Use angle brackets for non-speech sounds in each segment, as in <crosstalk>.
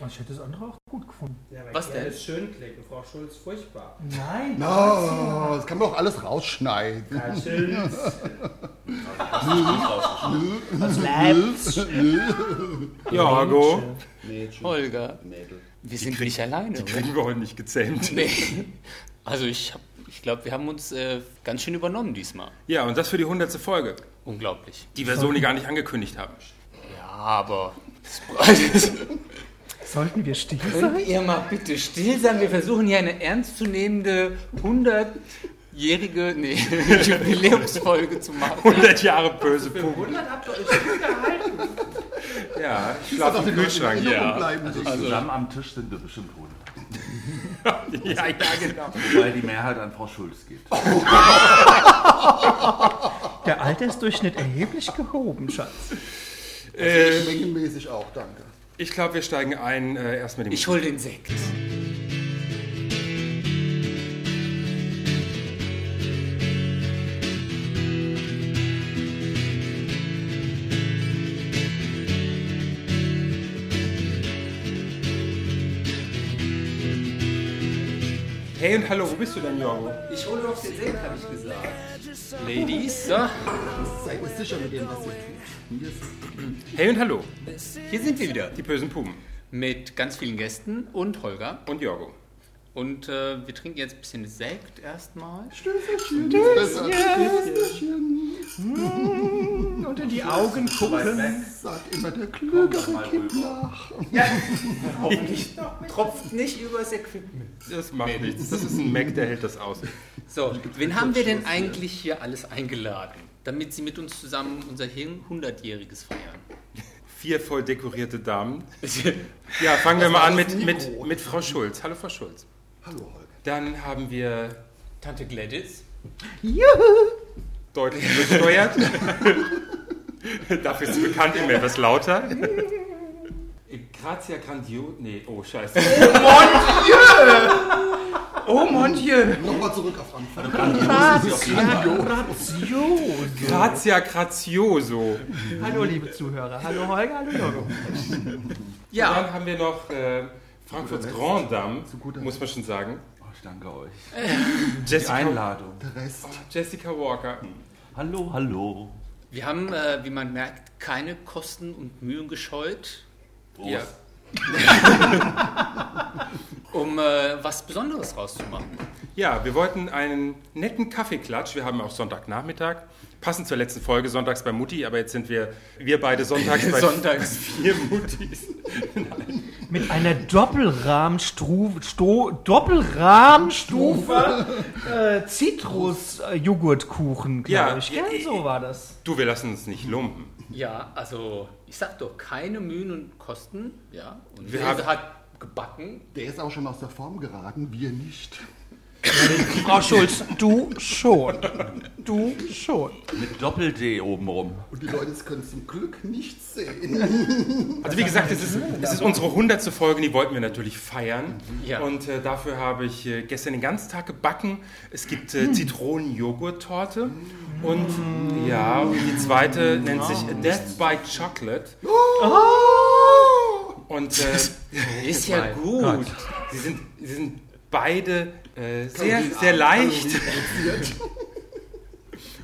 Also ich hätte das andere auch gut gefunden. Ja, weil Was Kerl denn? ist schön klicken, Frau Schulz, <laughs> furchtbar. Nein. No, Oh, das kann man doch alles rausschneiden. Karl Schulz. Was bleibt? Jago. Nee, tschüss. Holger, Mädel. wir sind nicht alleine. Die kriegen äh, wir heute nicht gezähmt. Nee. Also ich, hab- ich glaube, wir haben uns äh, ganz schön übernommen diesmal. Ja, und das für die hundertste Folge, Unglaublich. die wir so nie gar nicht angekündigt haben. Ja, aber... <laughs> Sollten wir still sein? Könnt ihr mal bitte still sein? Wir versuchen hier eine ernstzunehmende 100-jährige, nee, <laughs> Jubiläumsfolge zu machen. 100 Jahre böse Puppe. 100 Also habt ihr euch gut gehalten. Ja, ich schlafe im Kühlschrank. Ja. Bleiben Sie. Zusammen am Tisch sind wir bestimmt 100. ja, ja, genau. Wobei die Mehrheit an Frau Schulz geht. Der Altersdurchschnitt erheblich gehoben, Schatz. Äh, Mengenmäßig auch, danke. ich glaube, wir steigen ein äh, erst mit dem. Ich hol den Sekt. hey und hallo, wo bist du denn, Jorgo? Ich hole noch den Sekt, habe ich gesagt. Ladies, so, Seid ihr sicher mit dem, was ihr tut? Mir ist Hey und hallo, hier sind wir wieder. die bösen Puben Mit ganz vielen Gästen und Holger. und Jorgo. Und äh, wir trinken jetzt ein bisschen Sekt erstmal. Stößchen. Besser. Und in die Augen gucken. Sagt immer der Klügere gibt nach. Tropft nicht übers Equipment. Das macht nichts. Das ist ein Mac, der hält das aus. So, wen haben wir denn eigentlich hier alles eingeladen? Damit sie mit uns zusammen unser Hin- 100-jähriges feiern. Vier voll <laughs> dekorierte Damen. Ja, fangen wir mal an mit, mit, mit Frau Schulz. Hallo, Frau Schulz. Hallo, Holger. Dann haben wir Tante Gladys. deutlich übersteuert. <laughs> Dafür ist sie bekannt immer etwas lauter. Grazia Grandio. Nee, oh Scheiße. <laughs> Oh mon Dieu. Nochmal zurück auf Anfang. Grazioso. Grazia Grazioso. Hallo, liebe Zuhörer. Hallo, Holger. Hallo, Jorgo. Ja, Ja. Dann haben wir noch äh, Frankfurts Grand Dame, guter muss man schon sagen. Oh, ich danke euch. Die Jessica, Einladung. Der Rest. Jessica Walker. Hallo, hallo. wir haben, äh, wie man merkt, keine Kosten und Mühen gescheut, Prost. <laughs> Ja. um äh, was Besonderes rauszumachen. Ja, wir wollten einen netten Kaffeeklatsch. Wir haben auch Sonntagnachmittag. Passend zur letzten Folge, sonntags bei Mutti, aber jetzt sind wir, wir beide <laughs> <laughs> sonntags bei Sonntags. vier Muttis. Mit einer Doppelrahmstufe, Sto, <laughs> Doppelrahmstufe äh, Zitrus-Joghurtkuchen, glaube Ja, ich. Gell? ja, So war das. Du, wir lassen uns nicht lumpen. Ja, also ich sag doch, keine Mühen und Kosten. Ja, und Wir Ilse haben- hat gebacken. Der ist auch schon aus der Form geraten, wir nicht. Frau Schulz, du schon. Du schon. Mit Doppel-D obenrum. Und die Leute können zum Glück nicht sehen. Also wie gesagt, es ist, es ist unsere hundertste Folge, die wollten wir natürlich feiern. Ja. Und äh, dafür habe ich äh, gestern den ganzen Tag gebacken. Es gibt äh, Zitronen-Joghurt-Torte und ja, und die zweite nennt sich Death by Chocolate. Und äh, Oh! <laughs> Ist ja gut. sie, sind, sie sind beide äh, sehr, Ah, sehr leicht. Leicht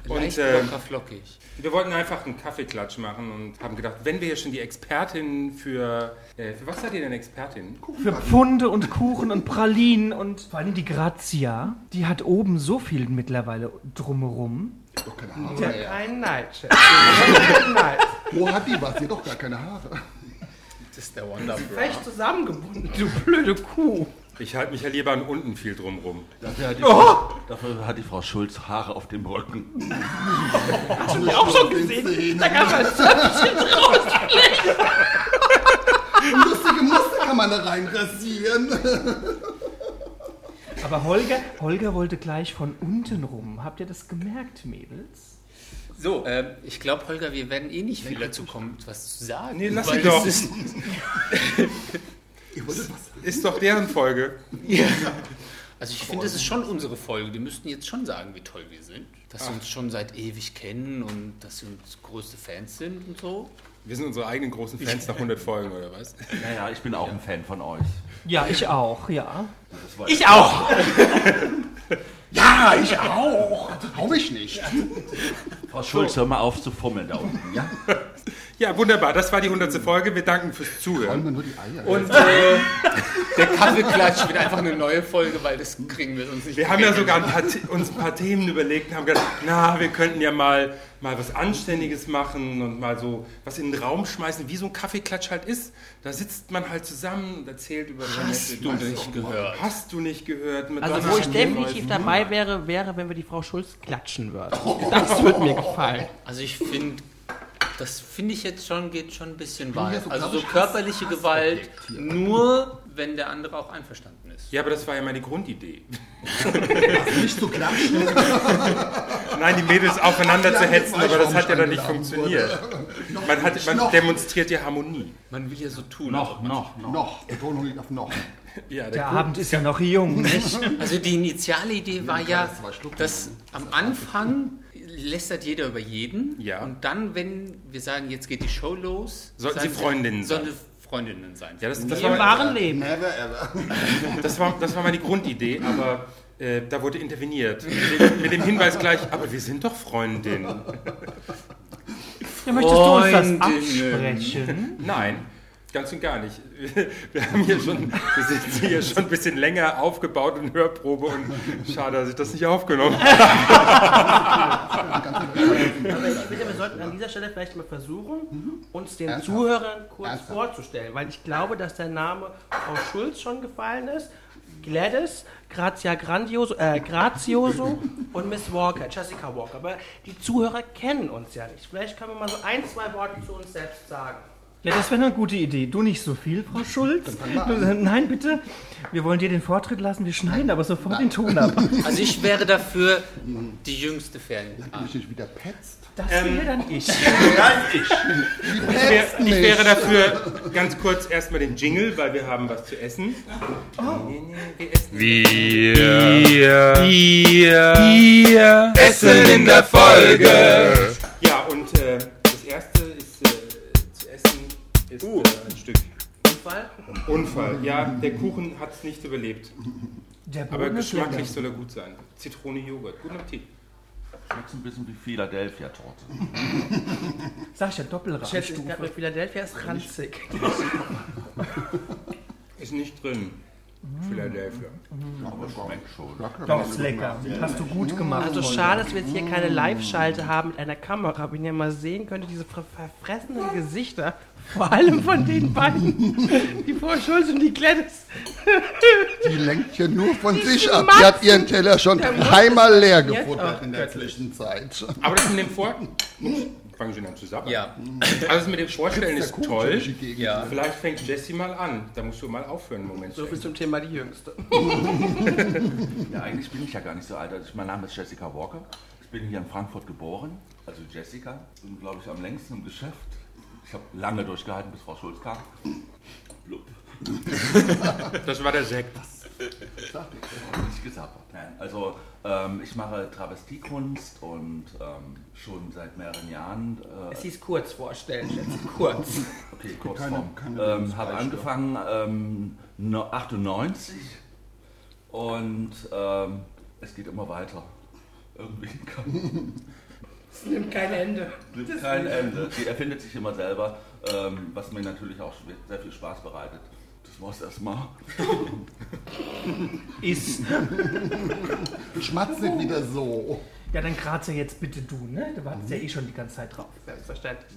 Und äh, locker flockig. wir wollten einfach einen Kaffeeklatsch machen und haben gedacht, wenn wir hier schon die Expertin für... Äh, für was seid ihr denn Expertin? Für Pfunde und Kuchen und Pralinen und vor allem die Grazia, die hat oben so viel mittlerweile drumherum. Doch keine Haare. Oh Ja, kein Neid, Chef. Kein Neid. Wo hat die was? Die hat doch gar keine Haare. Das ist der Wonder Bra. Recht zusammengebunden, du blöde Kuh. Ich halte mich ja lieber an unten viel drum rum. Dafür hat, die Frau, dafür hat die Frau Schulz Haare auf dem Rücken. Schon ich auch schon gesehen. Da kann man Lustige Muster kann man da reinrasieren. Aber Holger, Holger wollte gleich von unten rum. Habt ihr das gemerkt, Mädels? So, ähm, ich glaube, Holger, wir werden eh nicht viel dazu kommen, was zu sagen. Nee, lass Weil ihn doch. es Ist, Ihr wolltet was Ist doch deren Folge. also ich finde, das ist schon unsere Folge. Wir müssten jetzt schon sagen, wie toll wir sind. Dass wir uns schon seit ewig kennen und dass wir uns größte Fans sind und so. Wir sind unsere eigenen großen Fans nach 100 Folgen, oder was? Naja, ich bin auch ein Fan von euch. Ja, ich auch, ja. Ich auch! Ja, ich auch. Hau ich nicht. Frau Schulz, hör mal auf zu fummeln da unten. Ja, Ja, wunderbar. Das war die 100. Folge. Wir danken fürs wollen Zuhören. wir nur die Eier. Und äh, der Kaffeeklatsch wird einfach eine neue Folge, weil das kriegen wir uns nicht. Wir haben ja sogar ein paar, The- uns ein paar Themen überlegt und haben gedacht, na, wir könnten ja mal, mal was Anständiges machen und mal so was in den Raum schmeißen, wie so ein Kaffeeklatsch halt ist. Da sitzt man halt zusammen und erzählt über Hast du nicht gehört. Hast du nicht gehört? Madonna Also wo ich hat definitiv dabei wäre, wäre, wenn wir die Frau Schulz klatschen würden. Das würde mir gefallen. Also ich finde, das finde ich jetzt schon, geht schon ein bisschen hier weit. so, also glaub so ich, Hass- körperliche Gewalt, Hassobjekt hier. nur wenn der andere auch einverstanden ist. Ja, aber das war ja meine Grundidee. nicht so klatschen. Nein, die Mädels aufeinander zu Ja, jetzt hetzen, weiß aber ich, das hat ja dann warum nicht ich funktioniert. Noch Man, hat, nicht, man noch, demonstriert ja Harmonie. Man will ja so tun. Noch, noch, noch. noch. Betonung liegt auf noch. Ja, der Der Abend ist ja noch jung, nicht? Also die initiale Idee war ja, kann das mal schlucken. dass am Anfang lästert jeder über jeden. Ja. Und dann, wenn wir sagen, jetzt geht die Show los, Sollten sagen sie wir, Freundinnen sein. Sollen sie Freundinnen sein. ja, das, das, Im war, wahren Leben. Never ever. das, war, das war meine Grundidee, aber äh, da wurde interveniert. Mit dem, mit dem Hinweis gleich, aber wir sind doch Freundinnen. Ja, möchtest du uns das Freundinnen. absprechen? Nein, ganz und gar nicht. Wir, haben hier schon, wir sind hier schon ein bisschen länger aufgebaut in Hörprobe und schade, dass ich das nicht aufgenommen habe. Aber ich finde, wir sollten an dieser Stelle vielleicht mal versuchen, uns den Ernsthaft? Zuhörern kurz Ernsthaft? vorzustellen, weil ich glaube, dass der Name Frau Schulz schon gefallen ist. Gladys, Grazia Grandioso, äh, Grazioso und Miss Walker, Jessica Walker. Aber die Zuhörer kennen uns ja nicht. Vielleicht können wir mal so ein, zwei Worte zu uns selbst sagen. Ja, das wäre eine gute Idee. Du nicht so viel, Frau Schulz. Nein, bitte. Wir wollen dir den Vortritt lassen. Wir schneiden aber sofort den Ton ab. Also ich wäre dafür die jüngste Fan. Ah, Mich nicht wieder petzt. <laughs> Das wäre dann ich. Die Wer- petzt Ich wäre mich. dafür ganz kurz erstmal den Jingle, weil wir haben was zu essen. Wir, essen in der Folge. Ja, und äh, das erste ist äh, zu essen ist äh, ein Stück. Weil Unfall. Ja, der Kuchen hat es nicht überlebt. Der Boden Aber ist lecker. geschmacklich soll er gut sein. Zitrone Joghurt. Guten Appetit. Schmeckt ein bisschen wie Philadelphia-Torte. Sag ich ja, Schätze, ich Doppelrahmenstufe. glaube, Philadelphia ist ranzig. Ist nicht drin. Philadelphia. Doch, ist lecker. Hast du gut gemacht. Also Holger. schade, dass wir jetzt hier keine Live-Schalte haben mit einer Kamera. Wenn ihr mal sehen könntet, diese ver verfressenen Gesichter, vor allem von den beiden, die Frau Schulz und die Gladys. Die lenkt hier nur von sich ab. Matzen. Die hat ihren Teller schon dreimal leer Jetzt- gefuttert Ach, in der Zwischenzeit. Aber das mit dem Vor... Fangen Sie dann zusammen. Ja, Also das mit dem Vorstellen ist toll. ja. Vielleicht fängt Jesse mal an. Da musst du mal aufhören, Moment. So viel zum Thema die Jüngste. Ja, eigentlich bin ich ja gar nicht so alt. Also ich, mein Name ist Jessica Walker. Ich bin hier in Frankfurt geboren. Also Jessica. Bin, glaube ich, am längsten im Geschäft. Ich habe lange durchgehalten, bis Frau Schulz kam. Blub. Das war der Sekt. Nicht gesagt. hab. Nein. Also ähm, ich mache Travestiekunst und ähm, schon seit mehreren Jahren. Äh, Es hieß kurz vorstellen, Schätze, kurz. Okay, kurz vorm. Ähm, habe angefangen ähm, no- 98 und ähm, es geht immer weiter. Irgendwie <laughs> kann Es nimmt kein Ende. gibt kein Ende. Sie erfindet sich immer selber, ähm, was mir natürlich auch sehr viel Spaß bereitet. Das war's erstmal. Ist. Schmatzt nicht wieder so. Ja, dann kratze jetzt bitte du, ne? Du wartest ja eh schon die ganze Zeit drauf. Selbstverständlich.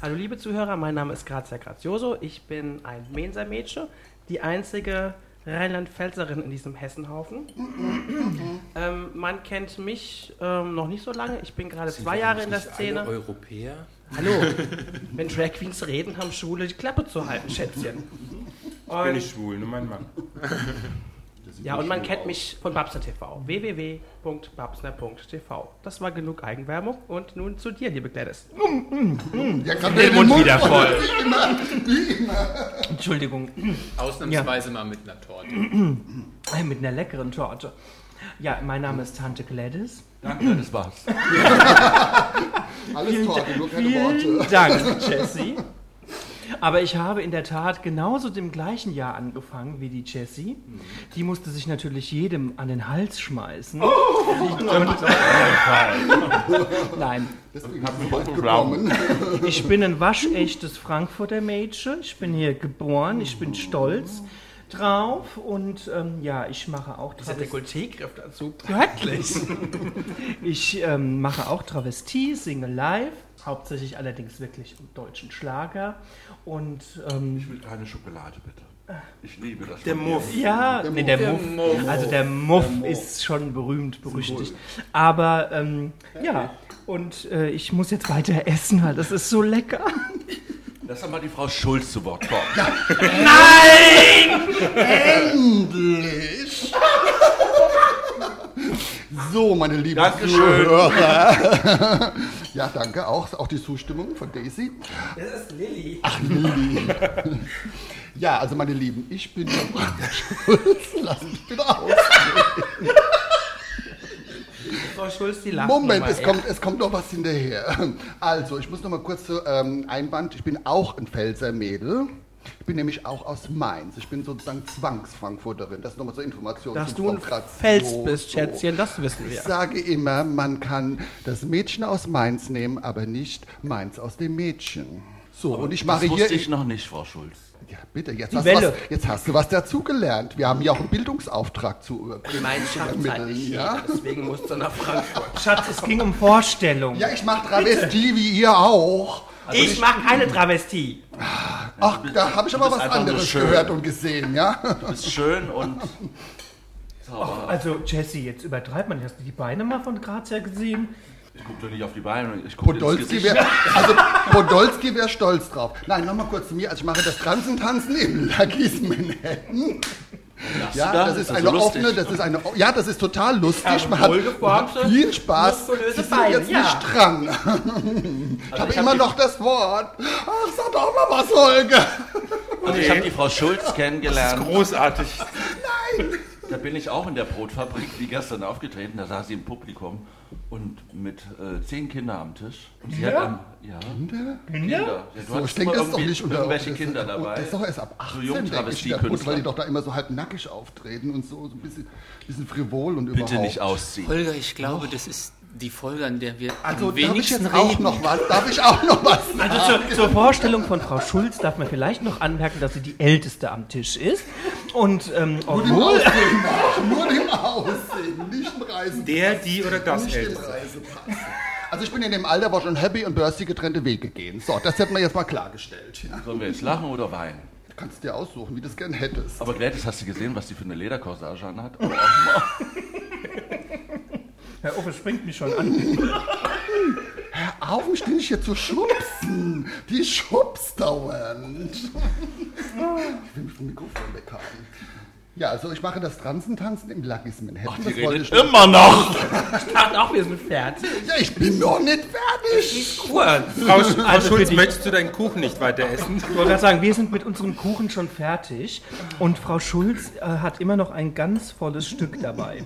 Hallo liebe Zuhörer, mein Name ist Grazia Grazioso. Ich bin ein Mensa-Mädchen, die einzige Rheinland-Pfälzerin in diesem Hessenhaufen. ähm, man kennt mich ähm, noch nicht so lange. Ich bin gerade zwei Jahre in der Szene. Europäer? Hallo, wenn Drag Queens reden, haben Schule die Klappe zu halten, Schätzchen. Bin Und, ich schwul, nur mein Mann. ja, und man kennt mich von Babsner TV. www.babsner.tv. Das war genug Eigenwerbung. Und nun zu dir, liebe Gladys. Ja, kann der den Mund wieder voll. Entschuldigung, <clears throat> ausnahmsweise mal mit einer Torte. mit einer leckeren Torte. Ja, mein Name ist Tante Gladys. Danke, das war's. Alles Torte, nur keine Vielen Worte. Dank, Jessie. Aber ich habe in der Tat genauso dem gleichen Jahr angefangen wie die Jessie. Die musste sich natürlich jedem an den Hals schmeißen. Nein, Deswegen hast du weit gekommen. ich bin ein waschechtes Frankfurter Mädchen. Ich bin hier geboren, ich bin stolz drauf und ähm, ja, ich mache auch Dieser Travestie. Dekolleté-Griff <laughs> dazu. Göttlich! Ich ähm, mache auch Travestie, singe live, hauptsächlich allerdings wirklich deutschen Schlager und ähm, Ich will keine Schokolade, bitte. Ich liebe das. Der von dir. Muff. Ja, Der nee, Muff. der Der Muff. Also der Muff ist schon berühmt, berüchtigt. Aber ähm, ja, und äh, ich muss jetzt weiter essen, weil das ist so lecker. Lass doch mal die Frau Schulz zu Wort kommen. Endlich! So, meine lieben Dankeschön. Zuhörer. Ja, danke auch. Auch die Zustimmung von Daisy. Das ist Lilly. Ja, also meine Lieben, ich bin der Brand Schulz. Lass mich bitte aus. Frau Schulz, die lacht. Moment, nochmal, es ey. kommt, es kommt noch was hinterher. Also, ich muss noch mal kurz so, ähm, Einwand. Ich bin auch ein Pfälzer Mädel. Ich bin nämlich auch aus Mainz. Ich bin sozusagen Zwangsfrankfurterin. Das nochmal zur Information. Dass zum du ein Progress. Fels So, bist, so. Schätzchen, das wissen wir. Ich sage immer, man kann das Mädchen aus Mainz nehmen, aber nicht Mainz aus dem Mädchen. So, und ich mache das wusste hier. ich noch nicht, Frau Schulz. ja, bitte, jetzt hast, du Welle. was, jetzt hast du was dazugelernt. Wir haben ja auch einen Bildungsauftrag zu. Mein Schatz halt nicht Ja. jeder, deswegen musst du nach Frankfurt. Schatz, es ging um Vorstellung. Also Ja, ich mache Travestie wie ihr auch. ich mache keine Travestie. Ach, da habe ich aber bist was einfach nur anderes schön. gehört und gesehen, ja? Du bist schön und sauber. Also Jesse, jetzt übertreibt man. Hast du die Beine mal von Grazia gesehen? Ich gucke doch nicht auf die Beine, ich gucke ins Podolski Gesicht. wäre also, Podolski wär stolz drauf. Nein, nochmal kurz zu mir. Also ich mache das Transentanzen im Lucky's Manhattan. Ja, da? das Ist ist das so eine lustig? offene, das ist eine, o- ja, das ist total lustig. Man hat, man wohlgeformte, hat viel Spaß. muskulöse Sie sind Beine, jetzt ja. nicht dran. Ich habe Also ich hab immer die- noch das Wort. Ach, sag doch mal was, Holger. Also ich habe die Frau Schulz Das ist kennengelernt. großartig. Da bin ich auch in der Brotfabrik wie gestern aufgetreten. Da saß sie im Publikum und mit äh, zehn Kindern am Tisch. Und sie hat am, ja, Kinder? Kinder. Ja, du So, hattest ich denke, immer das ist doch irgendwie nicht unter. irgendwelche das Kinder ist, dabei. Das ist doch erst ab So 18, jung denke ich, wieder gut, Travestie-Künstler. weil die doch da immer so halb nackig auftreten und so, so ein bisschen, bisschen frivol und überhaupt. Bitte nicht ausziehen. Holger, ich glaube, das ist die Folge, an der wir Also am darf ich wenigsten jetzt auch reden. noch was? Darf ich auch noch was? sagen? Also zur, zur Vorstellung von Frau Schulz darf man vielleicht noch anmerken, dass sie die Älteste am Tisch ist. Und ähm, Nur dem obwohl, Aussehen, nur dem Aussehen, nicht dem Reisen. Der, die oder das nicht dem Älteste. Reisepass. Also ich bin in dem Alter, wo schon Happy und Bursty getrennte Wege gehen. So, das hätten wir jetzt mal klargestellt. Ja. Sollen wir jetzt lachen oder weinen? Du kannst dir aussuchen, wie du es gern hättest. Aber Gladys, hast du gesehen, was die für eine Lederkorsage anhat? Herr Uffe springt mich schon an. Augen stehen ich hier zu schubsen. Die schubst dauernd. Ich will mich vom Mikrofon weghaben. Ja, also ich mache das Transentanzen im Lucky's Manhattan. das wollte ich nur- noch! Dachte auch, wir sind fertig. Ja, ich bin noch nicht fertig. Kurz. Frau, Sch- Frau Also für Schulz, die- möchtest du deinen Kuchen nicht weiter essen? Ich wollte gerade sagen, wir sind mit unserem Kuchen schon fertig. Und Frau Schulz äh, hat immer noch ein ganz volles Stück dabei.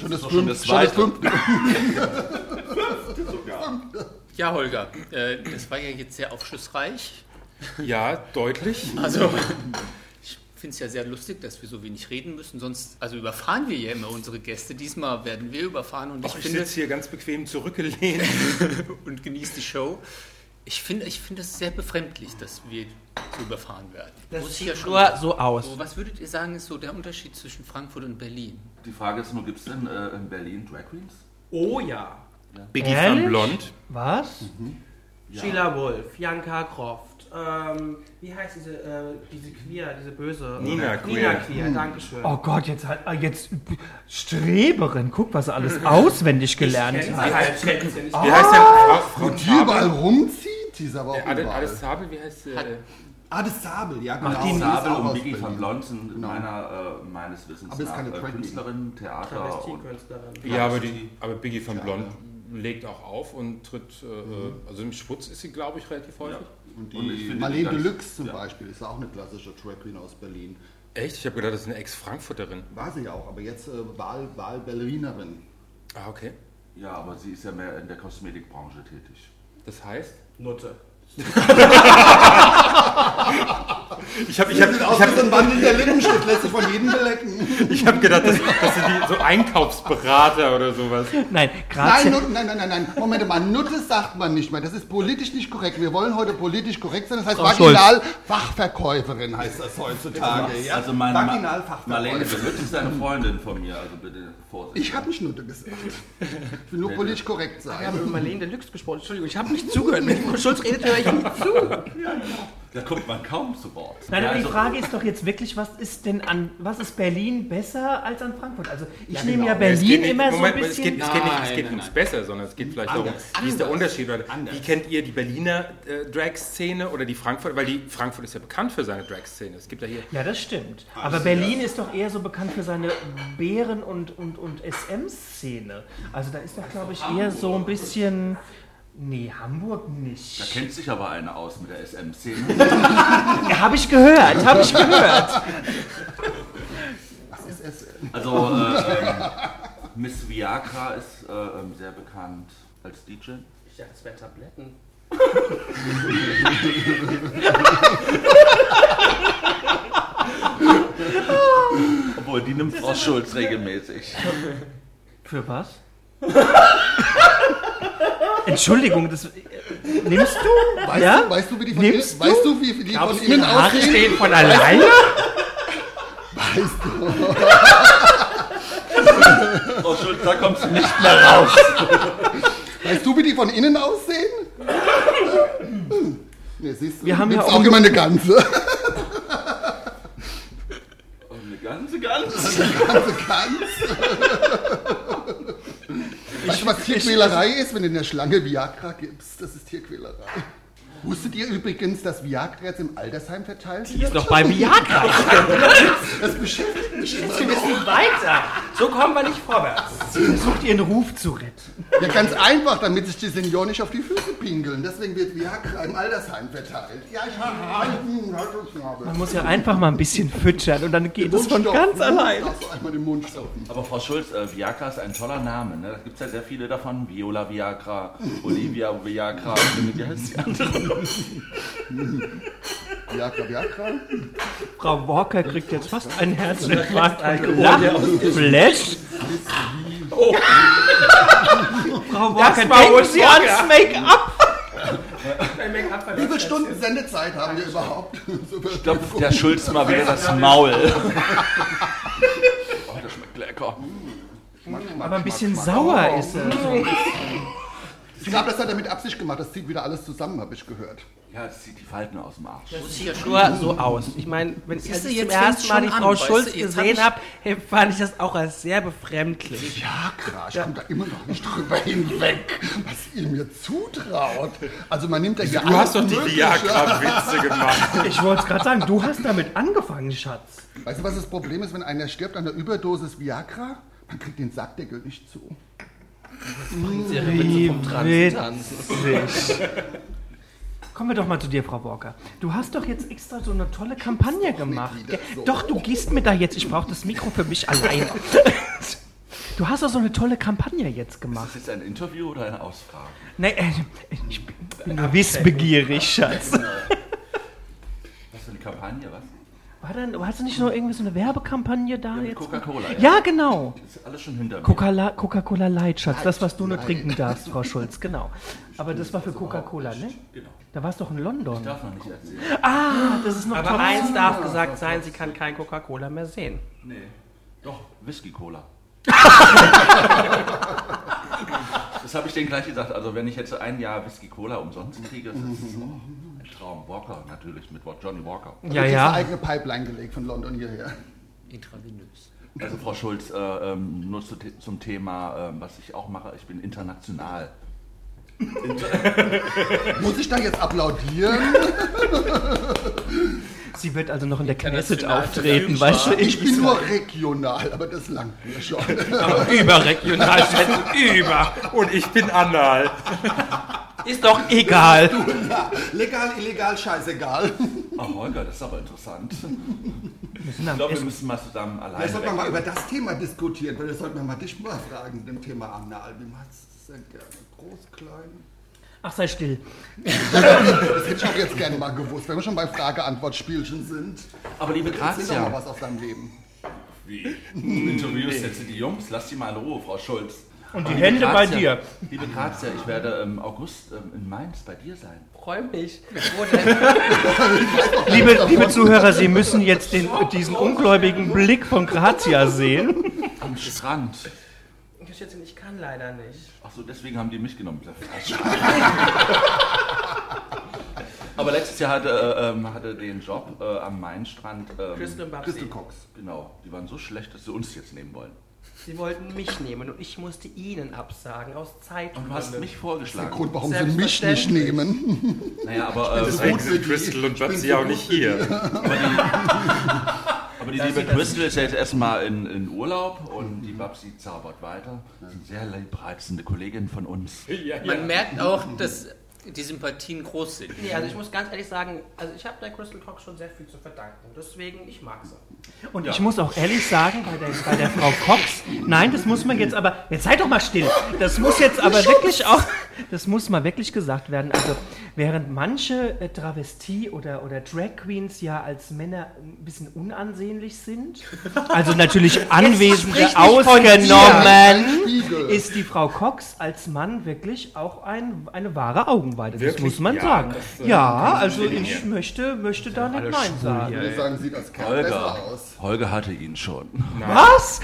Schon das, schon fünfte- das schon das zweite. fünfte. Ja, Holger, äh, das war ja jetzt sehr aufschlussreich. Ja, deutlich. Also, ich finde es ja sehr lustig, dass wir so wenig reden müssen. Sonst, also überfahren wir ja immer unsere Gäste. Diesmal werden wir überfahren und ich, Ich finde sitze hier ganz bequem zurückgelehnt. und genieße die Show. Ich finde, ich finde es sehr befremdlich, dass wir so überfahren werden. Das sieht schon nur sagen. so aus. So, was würdet ihr sagen, ist so der Unterschied zwischen Frankfurt und Berlin? Die Frage ist nur, gibt es denn äh, in Berlin Drag Queens? Oh ja. Biggie Ehrlich? von Blond. Was? Sheila Wolf, Bianca Croft, ähm, wie heißt diese, äh, diese Queer, diese böse? Nina Nina Queer. Queer, halt Dankeschön. Oh Gott, jetzt hat ah, jetzt Streberin, guck, was er alles auswendig gelernt Sie hat. halt Schätzchen. Ich Wie heißt denn Frau, Frau Und die überall Zabel? rumzieht, die ist aber auch Äh, Ade- überall. Ades Zabel, wie heißt äh, sie? Hat- Ades Sabel, Ach, ja genau. die Die ist Sabel auch und aus Biggie Berlin. Genau. von Blond sind meiner, äh, meines Wissens Aber ist nach keine äh, Drag Queen. Künstlerin, Theater und Travestie-Künstlerin. Ja, aber, die, aber Biggie von Blond legt auch auf und tritt, äh, also im Schwutz ist sie, glaube ich, relativ häufig. Und Und ich die finde die Marlene ganz- Deluxe zum Beispiel ist auch eine klassische Drag Queen aus Berlin. Echt? Ich habe gedacht, das ist eine Ex-Frankfurterin. War sie ja auch, aber jetzt äh, Wahl, Wahlberlinerin. Ah, okay. Ja, aber sie ist ja mehr in der Kosmetikbranche tätig. Das heißt? Nutte. Ich habe ich hab, ich Aus hab, diesem Wandel der Lippenstift lässt sich von jedem belecken. ich hab gedacht, das, das sind die, so Einkaufsberater oder sowas. Nein, Nein, Grazia, Nut, nein, nein, nein, nein. Moment mal, Nutte sagt man nicht mehr. Das ist politisch nicht korrekt. Wir wollen heute politisch korrekt sein. Das heißt Frau Vaginal-Fachverkäuferin heißt das heutzutage. Ja? Also meine Ma Marlene, Vaginal-Fachverkäuferin. das ist eine Freundin von mir, also bitte vorsichtig. Ich habe nicht Nutte gesagt. Ich will nur politisch korrekt Wir haben sein. über Marlene Deluxe gesprochen. Entschuldigung, ich habe nicht zugehört. Wenn Frau Schulz redet, höre ich nicht zu. Da kommt man kaum zu Wort. nein, Ja, aber die also- Frage ist doch jetzt wirklich, was ist denn an, was ist Berlin besser als an Frankfurt? Also ich nehme ja Es geht Berlin nicht- immer Moment, so ein es geht, bisschen. es geht, nicht, es Nein, geht nein, ums nein. Besser, sondern es geht vielleicht darum, wie ist der Unterschied? Weil, wie kennt ihr die Berliner äh, Drag-Szene oder die Frankfurt? Weil die Frankfurt ist ja bekannt für seine Drag-Szene. Es gibt ja hier ja, das stimmt. Aber Berlin ist doch eher so bekannt für seine Bären- und, und, und SM-Szene. Also da ist doch, glaube ich, eher so ein bisschen. Nee, Hamburg Da nicht. kennt sich aber einer aus mit der SM-Szene. <laughs> Ja, habe ich gehört, habe ich gehört. Was ist es? Also äh, ähm, Miss Viagra ist äh, ähm, sehr bekannt als DJ. Ich dachte, es wären Tabletten. Obwohl, die nimmt Frau Schulz regelmäßig. Für was? <laughs> Entschuldigung, das äh, nimmst du? Weißt, ja? du, weißt du, wie die von, Nimmst innen- weißt du, wie die von innen aussehen? stehen von alleine? Weißt du. <laughs> Frau Schulz, da kommst du nicht. Weißt du, wie die von innen aussehen? Hm. Nee, siehst du, Wir haben nimmst ja auch auch- immer eine ganze. Oh, eine ganze, ganze. ganze <laughs> Kanz. Weißt du, was Tierquälerei ist, wenn du in der Schlange Viagra gibst? Das ist Tierquälerei. Wusstet ihr übrigens, dass Viagra jetzt im Altersheim verteilt wird? Ist doch bei Viagra. Das beschäftigt mich immer Wir noch. müssen weiter. So kommen wir nicht vorwärts. Versucht ihren Ruf zu retten. Ja, ganz einfach, damit sich die Senioren nicht auf die Füße pinkeln. Deswegen wird Viagra im Altersheim verteilt. Ja, ich habe einen Man muss ja einfach mal ein bisschen füttern und dann geht es von ganz allein. Darfst du einmal den Mund stopfen. Aber Frau Schulz, äh, Viagra ist ein toller Name. Ne? Da gibt es ja sehr viele davon. Viola Viagra, Olivia Viagra. Wie heißt die andere? Viagra, Viagra. Frau Walker kriegt jetzt fast einen Herzinfarkt. Flash? Frau Walker, denken Sie ans Make-up. Wie viele Stunden Sendezeit haben wir überhaupt? Stopft der Schulz mal wieder das Maul. oh, das schmeckt lecker. Aber ein bisschen sauer ist es. Ich glaube, das hat er mit Absicht gemacht. Das zieht wieder alles zusammen, habe ich gehört. Ja, das zieht die Falten aus dem Arsch. Das sieht ja schon so aus. Ich meine, wenn ich Siehst jetzt du, zum jetzt ersten fängt's Mal schon die an, Frau weißt du, Schulz jetzt hab gesehen ich- habe, fand ich das auch als sehr befremdlich. Viagra, ich komme da immer noch nicht drüber hinweg, was ihr mir zutraut. Also man nimmt ja hier Du hast doch die Viagra-Witze <laughs> gemacht. Ich wollte es gerade sagen, du hast damit angefangen, Schatz. Weißt du, was das Problem ist, wenn einer stirbt an der Überdosis Viagra? Man kriegt den Sackdeckel nicht zu. Wie witzig. Kommen wir doch mal zu dir, Frau Walker. Du hast doch jetzt extra so eine tolle Kampagne gemacht. wieder gell? so. Doch, du gehst mir da jetzt. Ich brauche das Mikro für mich <laughs> alleine. Du hast doch so eine tolle Kampagne jetzt Ist gemacht. das jetzt ein Interview oder eine Ausfrage? Nein, äh, ich bin nur wissbegierig, <laughs> Schatz. Was für eine Kampagne, was? War denn, hast du nicht noch irgendwie so eine Werbekampagne da mit Oh, jetzt? Coca-Cola, ja. Ja, genau. Das ist alles schon hinter mir. Coca-La- Coca-Cola Light, Schatz. Das, was du nur trinken darfst, Frau Schulz, genau. Aber das war für Coca-Cola, ne? Genau. Da warst du doch in London. Darf man nicht erzählen. Ah, das ist noch Aber eins darf gesagt sein, sie kann kein Coca-Cola mehr sehen. Nee. Doch, Whisky-Cola. das habe ich denen gleich gesagt. Also, wenn ich jetzt ein Jahr Whisky-Cola umsonst kriege, das ist oh, ein Traum. Walker natürlich mit Wort Johnny Walker. Ja, Ich eine ja. eigene Pipeline gelegt von London hierher. Intravenös. Also, Frau Schulz, äh, ähm, nur zu, zum Thema, ähm, was ich auch mache. Ich bin international. Muss ich da jetzt applaudieren? <laughs> Sie wird also noch in der Knesset auftreten, weißt du? Ich bin nur regional, aber das langt mir schon. <laughs> Überregional schätzen über. Und ich bin anal. Ist doch egal. Legal, illegal, scheißegal. Oh, Holger, das ist aber interessant. sind am Ich glaube, wir Essen. müssen mal zusammen alleine. Vielleicht sollten wir weg. mal über das Thema diskutieren, weil das sollten wir mal dich mal fragen, mit dem Thema Anna Albin. Hast du das denn gerne? Groß, klein? Ach, sei still. Das hätte ich auch jetzt gerne mal gewusst, wenn wir schon bei Frage-Antwort-Spielchen sind. Aber liebe Erzähl doch mal Grazia, was aus deinem Leben. wie interviewst jetzt die Jungs? Lass die mal in Ruhe, Frau Schulz. Und die Liebe Hände bei Grazia, dir. Liebe Grazia, ich werde im August ähm, in Mainz bei dir sein. Freue mich. Wo denn? Liebe, liebe Zuhörer, Sie müssen jetzt den, diesen ungläubigen Blick von Grazia sehen. Am Strand. Ich schätze, ich kann leider nicht. Achso, deswegen haben die mich genommen. mit <laughs> der Flasche. Aber letztes Jahr hatte, äh, ähm, hatte den Job äh, am Mainstrand. Ähm, Crystal Babsi. Crystal Cox. Genau, die waren so schlecht, dass sie uns jetzt nehmen wollen. Sie wollten mich nehmen und ich musste ihnen absagen, aus Und Zeitgründen. du hast mich Der vorgeschlagen. Grund, warum sie mich nicht nehmen. Naja, aber, äh, Deswegen gut sind für die. Crystal und Ich bin Babsi so ja auch gut nicht für die. hier. aber die liebe Crystal ist jetzt erstmal in, in Urlaub und Mhm. die Babsi zaubert weiter. Das ist eine sehr liebreizende Kollegin von uns. Man merkt auch, dass die Sympathien groß sind. Nee, also ich muss ganz ehrlich sagen, also ich habe der Crystal Cox schon sehr viel zu verdanken. Deswegen, ich mag sie. Und ich muss auch ehrlich sagen, bei der, bei der Frau Cox, nein, das muss man jetzt aber, jetzt seid doch mal still, das muss jetzt aber wirklich auch, das muss mal wirklich gesagt werden. Also, während manche äh, Travestie- oder, oder Drag Queens ja als Männer ein bisschen unansehnlich sind, also natürlich Anwesende ausgenommen, Spiegel. ist die Frau Cox als Mann wirklich auch ein, eine wahre Augenweide. Das Wirklich? muss man Ja, sagen. das, äh, ja, kann ich also bestätigen, ich ja. möchte, möchte da nicht alle Nein schwul sagen. Wir sagen, sieht als Kerl Holger. besser aus. Holger hatte ihn schon. Was?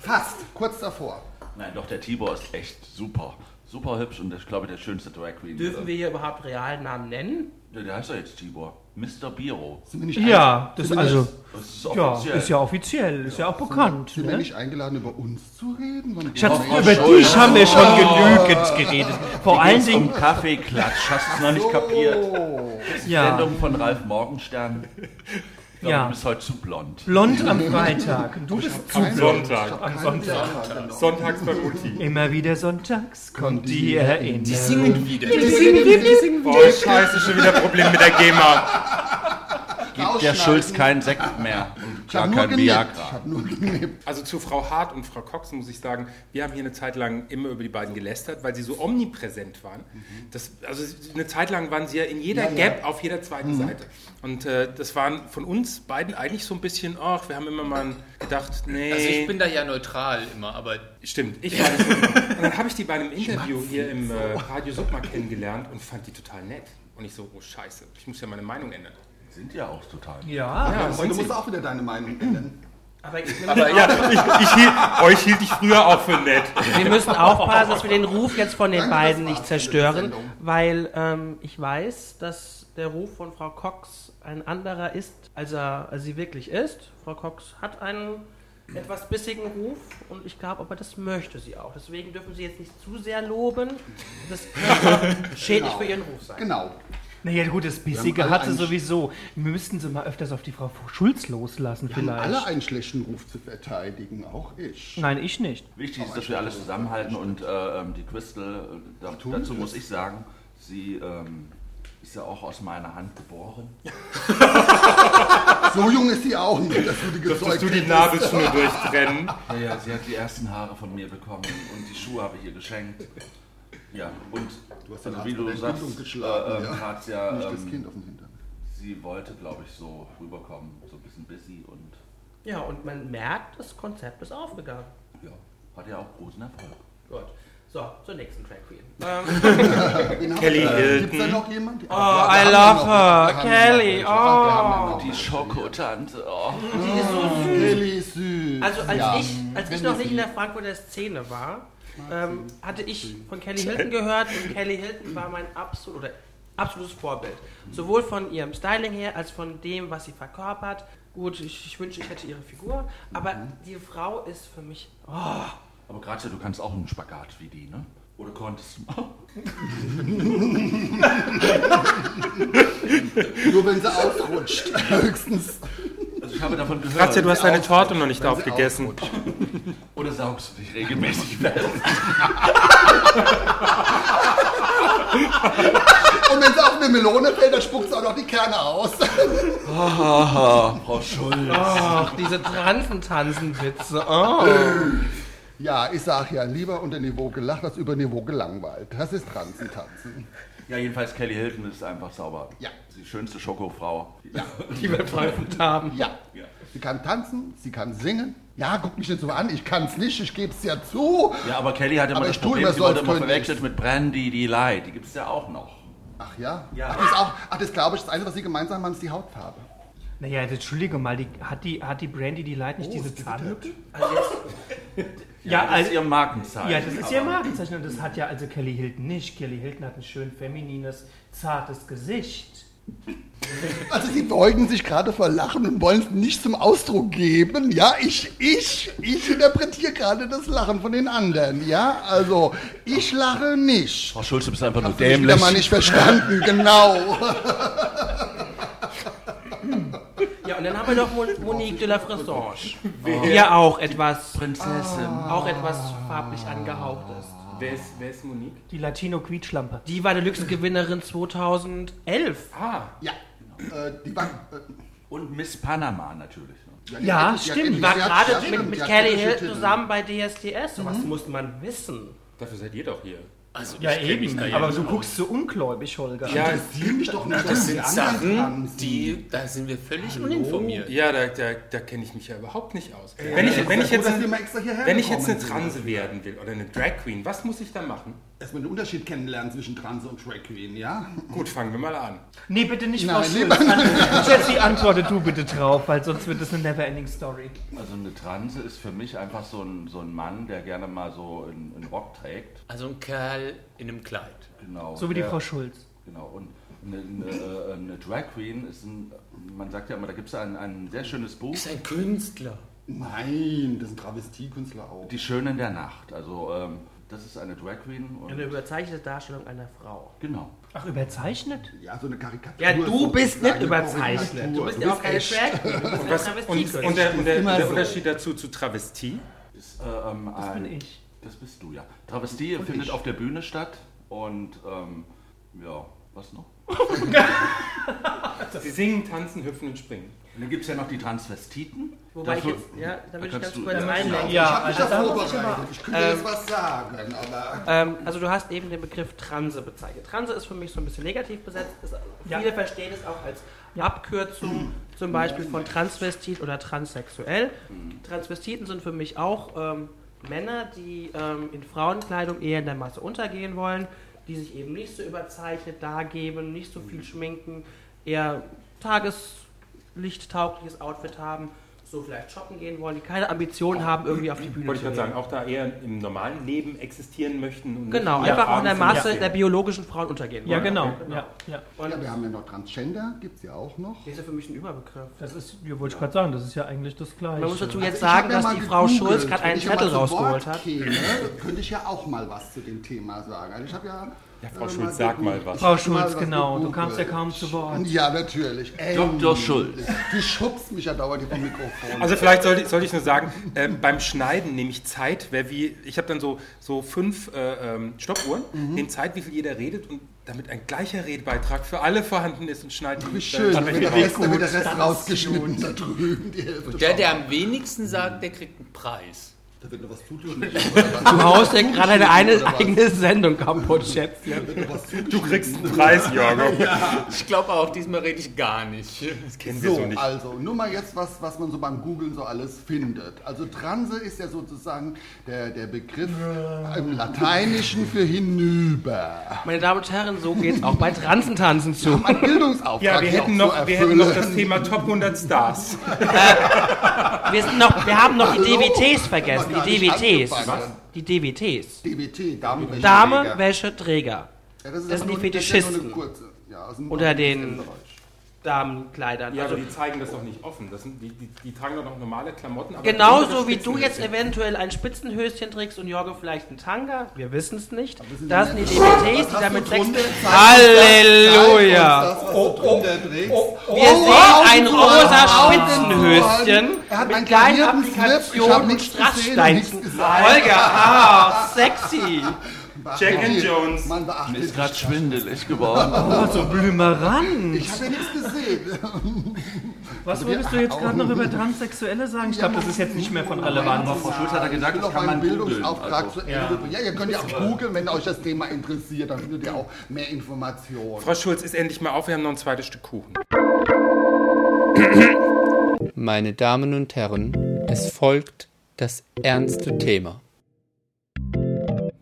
Fast, kurz davor. Nein, doch, der Tibor ist echt super. Super hübsch und ich glaube, der schönste Drag Queen. Dürfen wir hier überhaupt realen Namen nennen? Ja, der heißt doch jetzt Tibor. Mr. Biro. Sind wir nicht Ja, das sind wir also. nicht- Das ist Ja, offiziell. ist ja offiziell, ist ja auch bekannt. Sind wir Ne? nicht eingeladen, über uns zu reden? Wann- Schatz, Frau über Schulz. dich haben wir schon Oh. genügend geredet. Vor Hier allen geht's Dingen, um Kaffeeklatsch. Hast du es noch nicht kapiert? Oh, ja, Sendung von Ralf Morgenstern. Ich glaube, Ja. du bist heute zu blond. blond am Freitag. Du bist zu Am blond. Sonntag. Am Sonntag. genau. Sonntags <laughs> beim Mutti. Immer wieder sonntags kommt die Erinnerung. Die Singen wieder. Oh, scheiße, schon wieder Problem mit der GEMA. Gibt der Schulz keinen Sekt mehr. Und ich hab gar nur kein genippt. Ich Viagra. hab nur genippt. Also zu Frau Hart und Frau Cox muss ich sagen, wir haben hier eine Zeit lang immer über die beiden gelästert, weil sie so omnipräsent waren. Das, also eine Zeit lang waren sie ja in jeder Mhm. Ja, Mhm. ja. Gap auf jeder zweiten Seite. Und äh, das waren von uns beiden eigentlich so ein bisschen, ach, wir haben immer mal gedacht, nee. Also ich bin da ja neutral immer, aber Stimmt, ich war das. Und dann habe ich die bei einem Interview hier im äh, Radio Submar kennengelernt und fand die total nett. Und ich so, oh scheiße, ich muss ja meine Meinung ändern. Sind ja auch total. Ja, Ja, Und und du sie, musst auch wieder deine Meinung ändern. Aber ich ja ich, ich hielt, euch hielt ich früher auch für nett. Wir müssen aufpassen, dass wir den Ruf jetzt von den Danke, beiden das war's nicht für diese zerstören, Sendung. weil ähm, ich weiß, dass der Ruf von Frau Cox ein anderer ist, als, er, als sie wirklich ist. Frau Cox hat einen etwas bissigen Ruf und ich glaube, aber das möchte sie auch. Deswegen dürfen sie jetzt nicht zu sehr loben. Das <laughs> könnte schädlich für ihren Ruf sein. Genau. naja gut, das Wir Bissige haben alle hatte einen- sowieso. Wir müssten sie mal öfters auf die Frau Schulz loslassen Wir haben alle vielleicht. einen schlechten Ruf zu verteidigen, auch ich. Nein, ich nicht. Wichtig ist, dass wir alles zusammenhalten und äh, ähm, die Crystal, äh, da, dazu muss ich sagen, sie ähm, ist ja auch aus meiner Hand geboren. So jung ist sie auch nicht, dass du die gezeugt Dass du die hast. Nabelschnur durchtrennen. Ja, ja, sie hat die ersten Haare von mir bekommen und die Schuhe habe ich ihr geschenkt. Ja, und Du hast den also, Arzt wie mit du dem sagst, Kind äh, umgeschlagen, ähm, ja. Katja, ja, Nicht das ähm, Kind auf dem Hintern. sie wollte, glaube ich, so rüberkommen, so ein bisschen busy und Ja, und man merkt, das Konzept ist aufgegangen. ja, hat ja auch großen Erfolg. Gut. So, zur nächsten Drag Queen. Kelly Gibt es Genau. da Hilton. noch jemanden? Oh, I love her. Kelly, Oh. Die Schokotante, oh. Die ist so süß. Kelly süß. Also als Ja. ich, als ich Wenn noch sie- nicht in der Frankfurter Szene war, ähm, hatte ich von Kelly <laughs> Hilton gehört und Kelly Hilton war mein absolut, oder absolutes Vorbild. Sowohl von ihrem Styling her als von dem, was sie verkörpert. Gut, ich, ich wünsche, ich hätte ihre Figur, aber die Frau ist für mich. Aber Grazia, du kannst auch einen Spagat wie die, ne? Oder konntest du? Nur wenn sie ausrutscht, <laughs> höchstens. Also ich habe davon gehört. Katja, du hast deine Wenn sie Torte noch nicht wenn sie aufgegessen. ausrutscht. Oder saugst du dich regelmäßig fest? Und wenn es auf eine Melone fällt, dann spuckt es auch noch die Kerne aus. <laughs> Haha, Frau Schulz. Ach, diese Transentanzen-Witze. Oh. Ja, ich sag ja, lieber unter Niveau gelacht als über Niveau gelangweilt. Das ist Transen tanzen. Ja, jedenfalls Kelly Hilton ist einfach sauber. Ja. Die schönste Schokofrau. Ja. Die wir veröffentlicht haben. Ja. Sie kann tanzen, sie kann singen. Ja, guck mich nicht so an, ich kann's nicht, ich geb's ja zu. ja, aber Kelly hatte immer Aber das ich tue Problem, immer sie so, wurde als immer könnte verwechselt mit Brandy Delight. Die gibt es ja auch noch. Ach ja? Ja. Ach, das, ist auch, ach, das glaube ich, das Einzige, was sie gemeinsam haben, ist die Hautfarbe. Naja, jetzt entschuldige mal, die, hat, die, hat die Brandy die Light nicht diese Zahnlücke? <laughs> Ja, das also, ist ihr Markenzeichen. ja, das ist aber- ihr Markenzeichen und das hat ja also Kelly Hilton nicht. Kelly Hilton hat ein schön feminines, zartes Gesicht. Also sie beugen sich gerade vor Lachen und wollen es nicht zum Ausdruck geben. Ja, ich, ich, ich interpretiere gerade das Lachen von den anderen. Ja, also ich lache nicht. Frau Schulz, du bist einfach nur Hast du mich wieder dämlich. mal nicht verstanden, genau. Ja, und dann haben wir noch Mon Monique de la <laughs> Fressange. Die ja auch etwas, Prinzessin. auch etwas farblich angehaucht ist. Wer ist, wer ist Monique? Die Latino-Quietschlampe. Die war Deluxe-Gewinnerin 2011. Ah, Ja, äh, die war... Äh, Und Miss Panama natürlich. Ja, die- die- stimmt, die- die War die hat- ja, gerade mit, stimmt, mit die hat Kelly Kittel- Hilton zusammen bei DSDS. Sowas muss man wissen. dafür seid ihr doch hier. also, Ja, eben. Aber du guckst so ungläubig, Holger. Ja, Sieh mich doch nicht, das sind Sachen, die, da sind wir völlig uninformiert. ja da, da, da kenne ich mich ja überhaupt nicht aus. Wenn ich, wenn ich jetzt... dass wir mal extra hierher Wenn ich jetzt eine gekommen sind. Transe werden will oder eine Drag Queen, was muss ich da machen? Erstmal den Unterschied kennenlernen zwischen Trans und Drag Queen, ja? Gut, fangen wir mal an. Nee, bitte nicht, Frau Nein, Schulz. Jesse, antworte du bitte drauf, weil sonst wird das eine Neverending Story. Also eine Transe ist für mich einfach so ein, so ein Mann, der gerne mal so einen, einen Rock trägt. Also ein Kerl in einem Kleid. Genau. So wie die der, Frau Schulz. Genau. Und eine, eine, äh, eine Drag Queen ist ein, man sagt ja immer, da gibt es ein, ein sehr schönes Buch, Ist ein Künstler. Nein, das sind Travestiekünstler auch. Die Schönen der Nacht. Also ähm, das ist eine Drag Queen. Und, Eine überzeichnete Darstellung einer Frau. genau. Ach, überzeichnet? Ja, so eine Karikatur. Ja, du so bist nicht eine überzeichnet. Du Karikatur. bist ja auch keine Drag. Queen, Du bist Was, eine und und der, und der, Immer der so. Unterschied dazu zu Travestie? Ist, äh, ähm, Das ein, bin ich. Das bist du, ja. Travestie findet auf der Bühne statt und ähm, ja, was noch? Sie singen, tanzen, hüpfen und springen. Und dann gibt es ja noch die Transvestiten. Wobei ich Dafür- jetzt, ja, da will ich ganz kannst du- kurz ja, einlenken. Ich Ja, hab mich also da da muss ich aber... vorbereitet. Ich könnte jetzt was sagen, aber. Ähm, also du hast eben den Begriff Transe bezeichnet. Transe ist für mich so ein bisschen negativ besetzt. Ist, Ja. Viele verstehen es auch als Abkürzung zum Beispiel von Transvestit oder Transsexuell. Transvestiten sind für mich auch ähm, Männer, die ähm, in Frauenkleidung eher in der Masse untergehen wollen, die sich eben nicht so überzeichnet dargeben, nicht so viel schminken, eher tageslichttaugliches Outfit haben, so vielleicht shoppen gehen wollen, die keine Ambitionen haben, irgendwie auf die Bühne Wollte ich zu gerade gehen. sagen, auch da eher im normalen Leben existieren möchten. Und Genau, nicht einfach auch in abends der im Maße Fernsehen. der biologischen Frauen untergehen. Ja, wollen. genau. Ja, ja. Ja, wir haben ja noch Transgender, gibt's ja auch noch. Das ist ja für mich ein Überbegriff. Das ist, ja, wollte ich gerade sagen, das ist ja eigentlich das Gleiche. Man muss dazu Also jetzt ich hab sagen, ja dass mal die Frau gegoogelt. Schulz gerade Wenn einen ich ja Zettel mal zu Wort rausgeholt hat. Käme, könnte ich ja auch mal was zu dem Thema sagen. Also ich habe ja. Ja, Frau Schulz, sag mal was. Frau Ich hab mal Schulz, was genau, du gegoogelt. kamst ja kaum zu Wort. Ja, natürlich. Dr. Schulz. Du schubst mich ja dauernd hier vom Mikrofon. Also vielleicht sollte, ich- sollte ich nur sagen, äh, beim Schneiden nehme ich Zeit, wer wie, ich habe dann so, so fünf äh, ähm, Stoppuhren, nehme Zeit, wie viel jeder redet und damit ein gleicher Redebeitrag für alle vorhanden ist und schneide wie die schön, dann- dann wird der Rest, dann wird der Rest rausgeschnitten da drüben. Die Hälfte Und der, schon. der am wenigsten sagt, der kriegt einen Preis. Da wird noch was zugeschnitten. Du haust ja gerade eine eine eigene Sendung kaputt, Schätz. Du kriegst einen Preis, Jörg. Ich glaube auch, diesmal rede ich gar nicht. Das kennen wir so, So, nicht. also nur mal jetzt was, was man so beim Googlen so alles findet. Also Transe ist ja sozusagen der, der Begriff im Lateinischen für hinüber. Meine Damen und Herren, so geht's auch bei Transentanzen zu. Mein Bildungsauftrag Ja, wir hier hätten, auch noch, zu wir hätten noch erfüllen. das Thema Top 100 Stars. Wir, sind noch, wir haben noch die Hallo? DWTs vergessen. Haben Die wir gar nicht DWTs. angefangen. Die DWTs. DBT, Dame, welche Dame, Träger. Wäsche, Träger. ja, das das, ist aber sind die nur- das ist ja nur eine Fetischisten. kurze. Ja, aus dem- Unter aus dem den- Bereich. Damenkleidern. <laughs> Ja, Also aber die zeigen das doch nicht offen. Das sind, die, die, die tragen doch noch normale Klamotten. Aber Genauso Genau wie du Spitzenhöschen. jetzt eventuell ein Spitzenhöschen trägst und Jorge vielleicht einen Tanga, wir wissen es nicht. sind Das die sind die Menschen. DVDs, die Hast damit du Sex. Gründe? Zeig uns Halleluja! Das, was oh, oh, oh, oh, Wir sehen ein rosa Oh, Mann. Spitzenhöschen Er hat einen mit kleinen karierten Slip. Ich hab Applikationen und nichts gesehen und nichts Strasssteinchen. gesagt. Holger, ah, sexy! beachtet Jack and die- Jones. Man beachtet Mir ist die gerade Stadt. schwindelig geworden. Oh, so Blümeran. Ich habe ja nichts gesehen. Was Also wir- wolltest du jetzt gerade noch über Transsexuelle sagen? Ich glaube, das ist jetzt nicht mehr von Aber Relevanz. Frau Schulz hat ja gesagt, Ich will das auch kann man meinen googeln. Bildungsauftrag Also, zu Ende bringen. Ja, ihr könnt ja auch googeln, wenn euch das Thema interessiert. Dann findet ihr auch mehr Informationen. Frau Schulz, ist endlich mal auf, wir haben noch ein zweites Stück Kuchen. Meine Damen und Herren, es folgt das ernste Thema.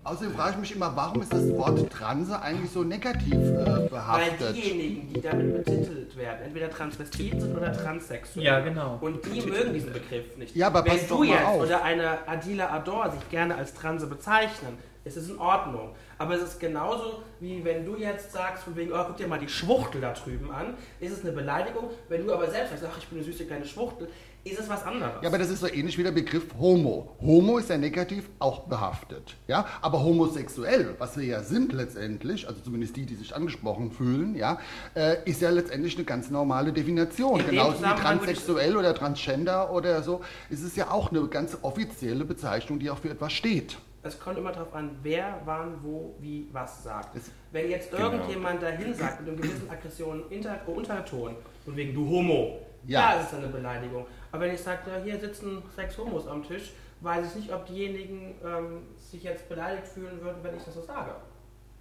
Außerdem frage ich mich immer, warum ist das Wort Transe eigentlich so negativ äh, Weil behaftet? diejenigen, die damit betitelt werden, entweder Transvestiten sind oder Transsexuelle. Ja, genau. Und die mögen diesen Begriff nicht. Ja, aber Wenn passt du doch mal jetzt auf. oder eine Adila Ador sich gerne als Transe bezeichnen, ist es in Ordnung. Aber es ist genauso, wie wenn du jetzt sagst, von wegen, oh, guck dir mal die Schwuchtel da drüben an, ist es eine Beleidigung. Wenn du aber selbst sagst, ach, ich bin eine süße kleine Schwuchtel, ist es was anderes. Ja, aber das ist so ähnlich wie der Begriff Homo. Homo ist ja negativ auch behaftet. Ja, aber homosexuell, was wir ja sind letztendlich, also zumindest die, die sich angesprochen fühlen, ja, äh, ist ja letztendlich eine ganz normale Definition. In dem Genauso wie Zusammenhang würde ich- transsexuell oder transgender oder so, ist es ja auch eine ganz offizielle Bezeichnung, die auch für etwas steht. Es kommt immer darauf an, wer, wann, wo, wie, was sagt. Es- Genau. Wenn jetzt irgendjemand dahin sagt mit einem gewissen Aggression Inter Unterton und wegen du Homo, Ja. ja, das ist eine Beleidigung. Aber wenn ich sage, ja, hier sitzen sechs Homos am Tisch, weiß ich nicht, ob diejenigen ähm, sich jetzt beleidigt fühlen würden, wenn ich das so sage.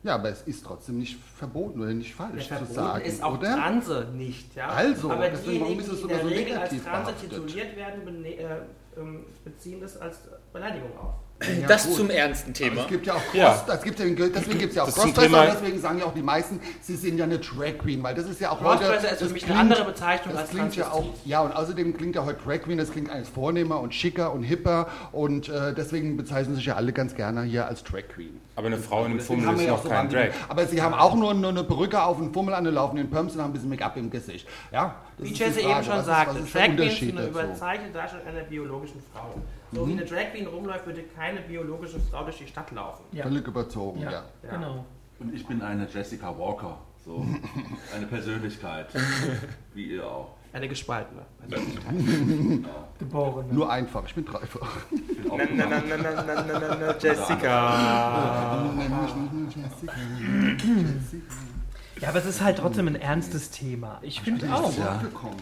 Ja, aber es ist trotzdem nicht verboten oder nicht Der falsch zu Verboten sagen, ist auch oder? Transe nicht, ja. Also, aber deswegen, warum ist es die in immer der so Regel als negativ Transe behaftet? tituliert werden, bene- äh, ähm, beziehen das als Beleidigung auf. Ja, Äh, das gut. zum ernsten Aber Thema. Es gibt ja auch Cross, Ja. Das gibt ja, deswegen gibt es ja auch Das ist ein Crossdresser, Thema- deswegen sagen ja auch die meisten, sie sind ja eine Drag Queen, weil das ist ja auch heute... Crossdresser ist für das mich eine andere Bezeichnung das als klingt ja auch, Transvestit. Ja, und außerdem klingt ja heute Drag Queen, das klingt alles vornehmer und schicker und hipper und äh, deswegen bezeichnen sich ja alle ganz gerne hier als Drag Queen. Aber eine Frau in einem Deswegen Fummel haben wir ist ja auch noch so kein wahnsinnig- Drag. Aber sie haben auch nur, nur eine Perücke auf einen Fummel an den laufenden Pumps und haben ein bisschen Make-up im Gesicht. Ja, das Wie ist die Jesse Frage. eben schon Was ist- sagte, was ist der Drag Queen ist Unterschied eine dazu? überzeichnete Darstellung einer biologischen Frau. So wie eine Drag Queen rumläuft, würde keine biologische Frau durch die Stadt laufen. Ja. Völlig überzogen, ja. Ja. Genau. Und ich bin eine Jessica Walker. So. Eine Persönlichkeit. Wie ihr auch. Eine gespaltene. Geborene. Nur einfach, ich bin dreifach. Na, na, na, na, na, na, na, na, na, Jessica. Ja, aber es ist halt trotzdem ein ernstes Thema. Ich finde auch. Ja, Willkommen.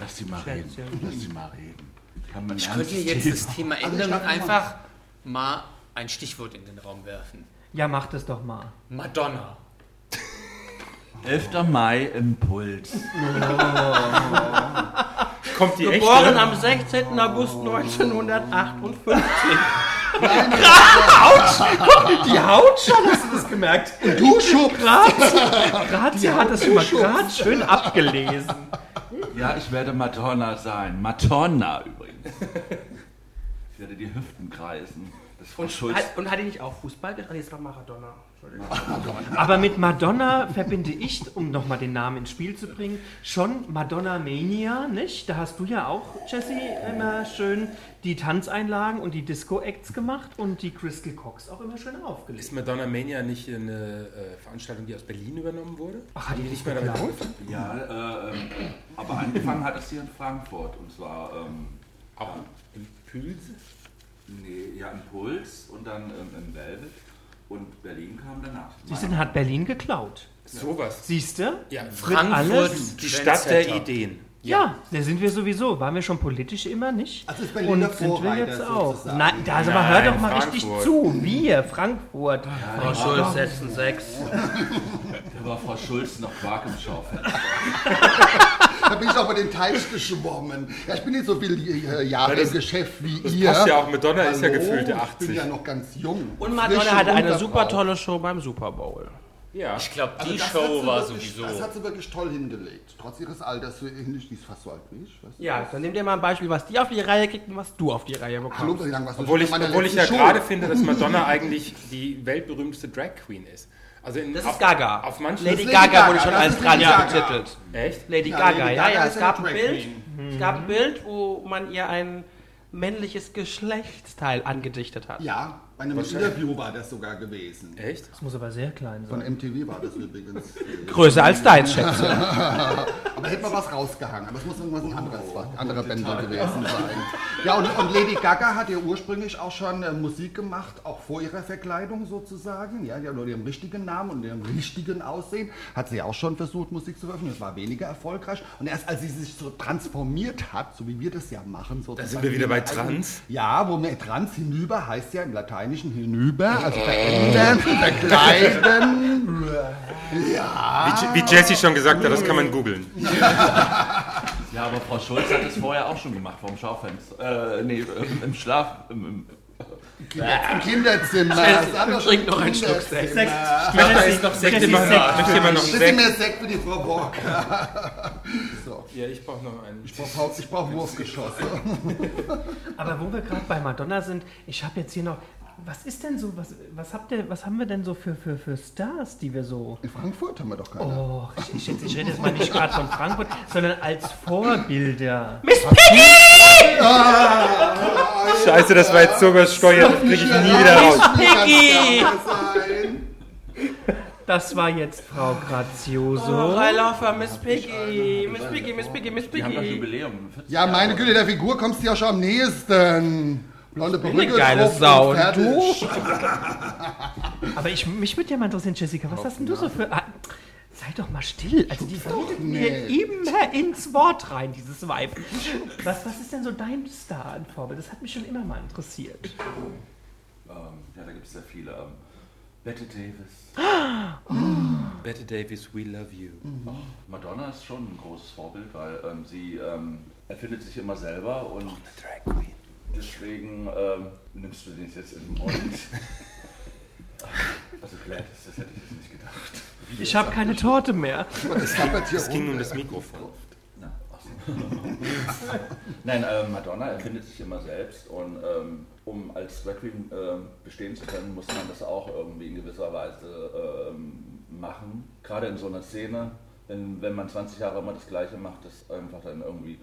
lass sie mal reden. Lass sie mal reden. Kann man Ich könnte jetzt das Thema ändern und einfach mal ein Stichwort in den Raum werfen. Ja, mach das doch mal. Madonna. 11. Mai Impuls. Kommt die Geboren echte? am 16. August 1958. Die Haut schon, hast du das gemerkt? Du Schub! Grazia hat das schon mal gerade schön abgelesen. Ja, ich werde Madonna sein. Madonna übrigens. Ich werde die Hüften kreisen. Das ist Schulz. Hat, und hat die nicht auch Fußball gespielt? Ah, nee, das war Maradona. Entschuldigung. Aber mit Madonna verbinde ich, um nochmal den Namen ins Spiel zu bringen, schon Madonna Mania, nicht? Da hast du ja auch, Jesse, immer schön die Tanzeinlagen und die Disco-Acts gemacht und die Crystal Cox auch immer schön aufgelegt. Ist Madonna Mania nicht eine äh, Veranstaltung, die aus Berlin übernommen wurde? Ach, hat die Nicht mehr damit Ja, äh, ähm, aber angefangen hat es hier in Frankfurt. Und zwar, ähm, Auch im Pülse? nee, ja, Impuls und dann ähm, im Velvet. Und Berlin kam danach. Sie sind hat Berlin geklaut. Sowas. Siehst du? Ja, Frankfurt, alles? die Stadt der Trendsetter. Ideen. Ja, da sind wir sowieso. Waren wir schon politisch immer nicht? Also ist Berlin der Vorreiter sozusagen. Nein, da, also mal hör Nein, doch mal richtig Frankfurt. zu. Wir, Frankfurt. Frau Schulz, 6. Da war Frau Schulz noch Quark im Schaufenster. Da bin ich auch bei den Teich geschwommen. Ja, ich bin nicht so viele äh, Jahre Ja, das- im Geschäft wie das ihr. passt ja auch. Madonna ist ja gefühlte Ich 80. bin ja noch ganz jung. Und Madonna Frisch hatte und eine wunderbar. super tolle Show beim Super Bowl. Ja. Ich glaube, die Also das hat Show sie war wirklich, sowieso. Das hat sie wirklich toll hingelegt. Trotz ihres Alters, so ähnlich, die ist fast so alt wie ich. Weißt du? Ja, dann nimm dir mal ein Beispiel, was die auf die Reihe kriegt und was du auf die Reihe bekommst. Hallo, wie lange warst du Obwohl schon ich, in meiner obwohl ich ja letzten gerade Show? finde, dass Madonna eigentlich die weltberühmteste Drag Queen ist. Also in, Das auf, ist Gaga. Auf manchen Lady Lady Gaga wurde Gaga, schon das als ist Lady Ranja Gaga. betitelt. Echt? Lady Ja, Gaga, Lady ja, Gaga ja. ist Es ja gab, eine ein Drag Mhm. Bild, es gab ein Bild, wo man ihr ein männliches Geschlechtsteil angedichtet hat. Ja, Bei einem Wahrscheinlich. Interview war das sogar gewesen. Echt? Das muss aber sehr klein sein. Von MTV war das übrigens. Größer als dein, Schätze. Aber hätte mal was rausgehangen. Aber es muss irgendwas ein anderes, anderer Bänder gewesen sein. Ja, und, und Lady Gaga hat ja ursprünglich auch schon äh, Musik gemacht, auch vor ihrer Verkleidung sozusagen. Ja, die hat nur ihren richtigen Namen und ihrem richtigen Aussehen. Hat sie auch schon versucht, Musik zu veröffentlichen. Das war weniger erfolgreich. Und erst als sie sich so transformiert hat, so wie wir das ja machen, sozusagen. sind wir wieder bei mit ihrem eigenen- Trans. Ja, wo wir trans hinüber heißt ja im Lateinischen hinüber, Oh. also verändern, verkleiden. Ja. Wie, wie Jesse schon gesagt hat, das kann man googeln. Ja, aber Frau Schulz hat es vorher auch schon gemacht, vom Schaufenster. Äh, nee, im- im Schlaf. Im, im, Im Kinderzimmer. Trink noch einen Schluck Sekt. Sekt. Ich Ach, meine, da sie- ist noch Jesse Sekt immer Sekt. noch. Möchte jemand noch einen Ein bisschen Sekt? mehr Sekt für die Frau Borg. <laughs> so, Ja, ich brauche noch einen. ich brauche ich brauch Wurfgeschosse. Aber wo wir gerade bei Madonna sind, ich habe jetzt hier noch. Was ist denn so, was, was habt ihr, was haben wir denn so für, für, für Stars, die wir so. In Frankfurt haben wir doch keine. Oh, ich, ich, jetzt- ich rede jetzt mal nicht gerade von Frankfurt, sondern als Vorbilder. Scheiße, das war jetzt so übersteuert. Das kriege ich nie wieder Oh. raus. Piggy! Sein. Das war jetzt Frau Grazioso. I love her, Miss Piggy. Miss Piggy, Miss Piggy, Miss die haben doch Piggy. Jubiläum. 40 Ja, Jahre. meine Güte, der Figur kommst du ja schon am nächsten. Blonde Perücke. eine geile Tropfen, Sau, und fertig. Aber ich, mich würde ja mal interessieren, Jessica, was hast denn du so für. Ah, sei doch mal still. Also, die redet mir immer ins Wort rein, dieses Weib. Was, was ist denn so dein Star-Vorbild? Das hat mich schon immer mal interessiert. Ähm, ja, da gibt es sehr viele. Ähm, Bette Davis. Bette Davis, we love you. Madonna ist schon ein großes Vorbild, weil ähm, sie ähm, erfindet sich immer selber und deswegen ähm, nimmst du den jetzt in den Mund. also klar, das, das hätte ich jetzt nicht gedacht. Ich habe keine Torte mehr. Das klappert hier Es ging rum. um das Mikrofon. Na, <laughs> ach so. Nein, ähm, Madonna erfindet sich immer selbst und ähm, um als Drag Queen ähm, bestehen zu können, muss man das auch irgendwie in gewisser Weise ähm, machen. Gerade in so einer Szene, wenn, wenn man 20 Jahre immer das Gleiche macht, ist einfach dann irgendwie.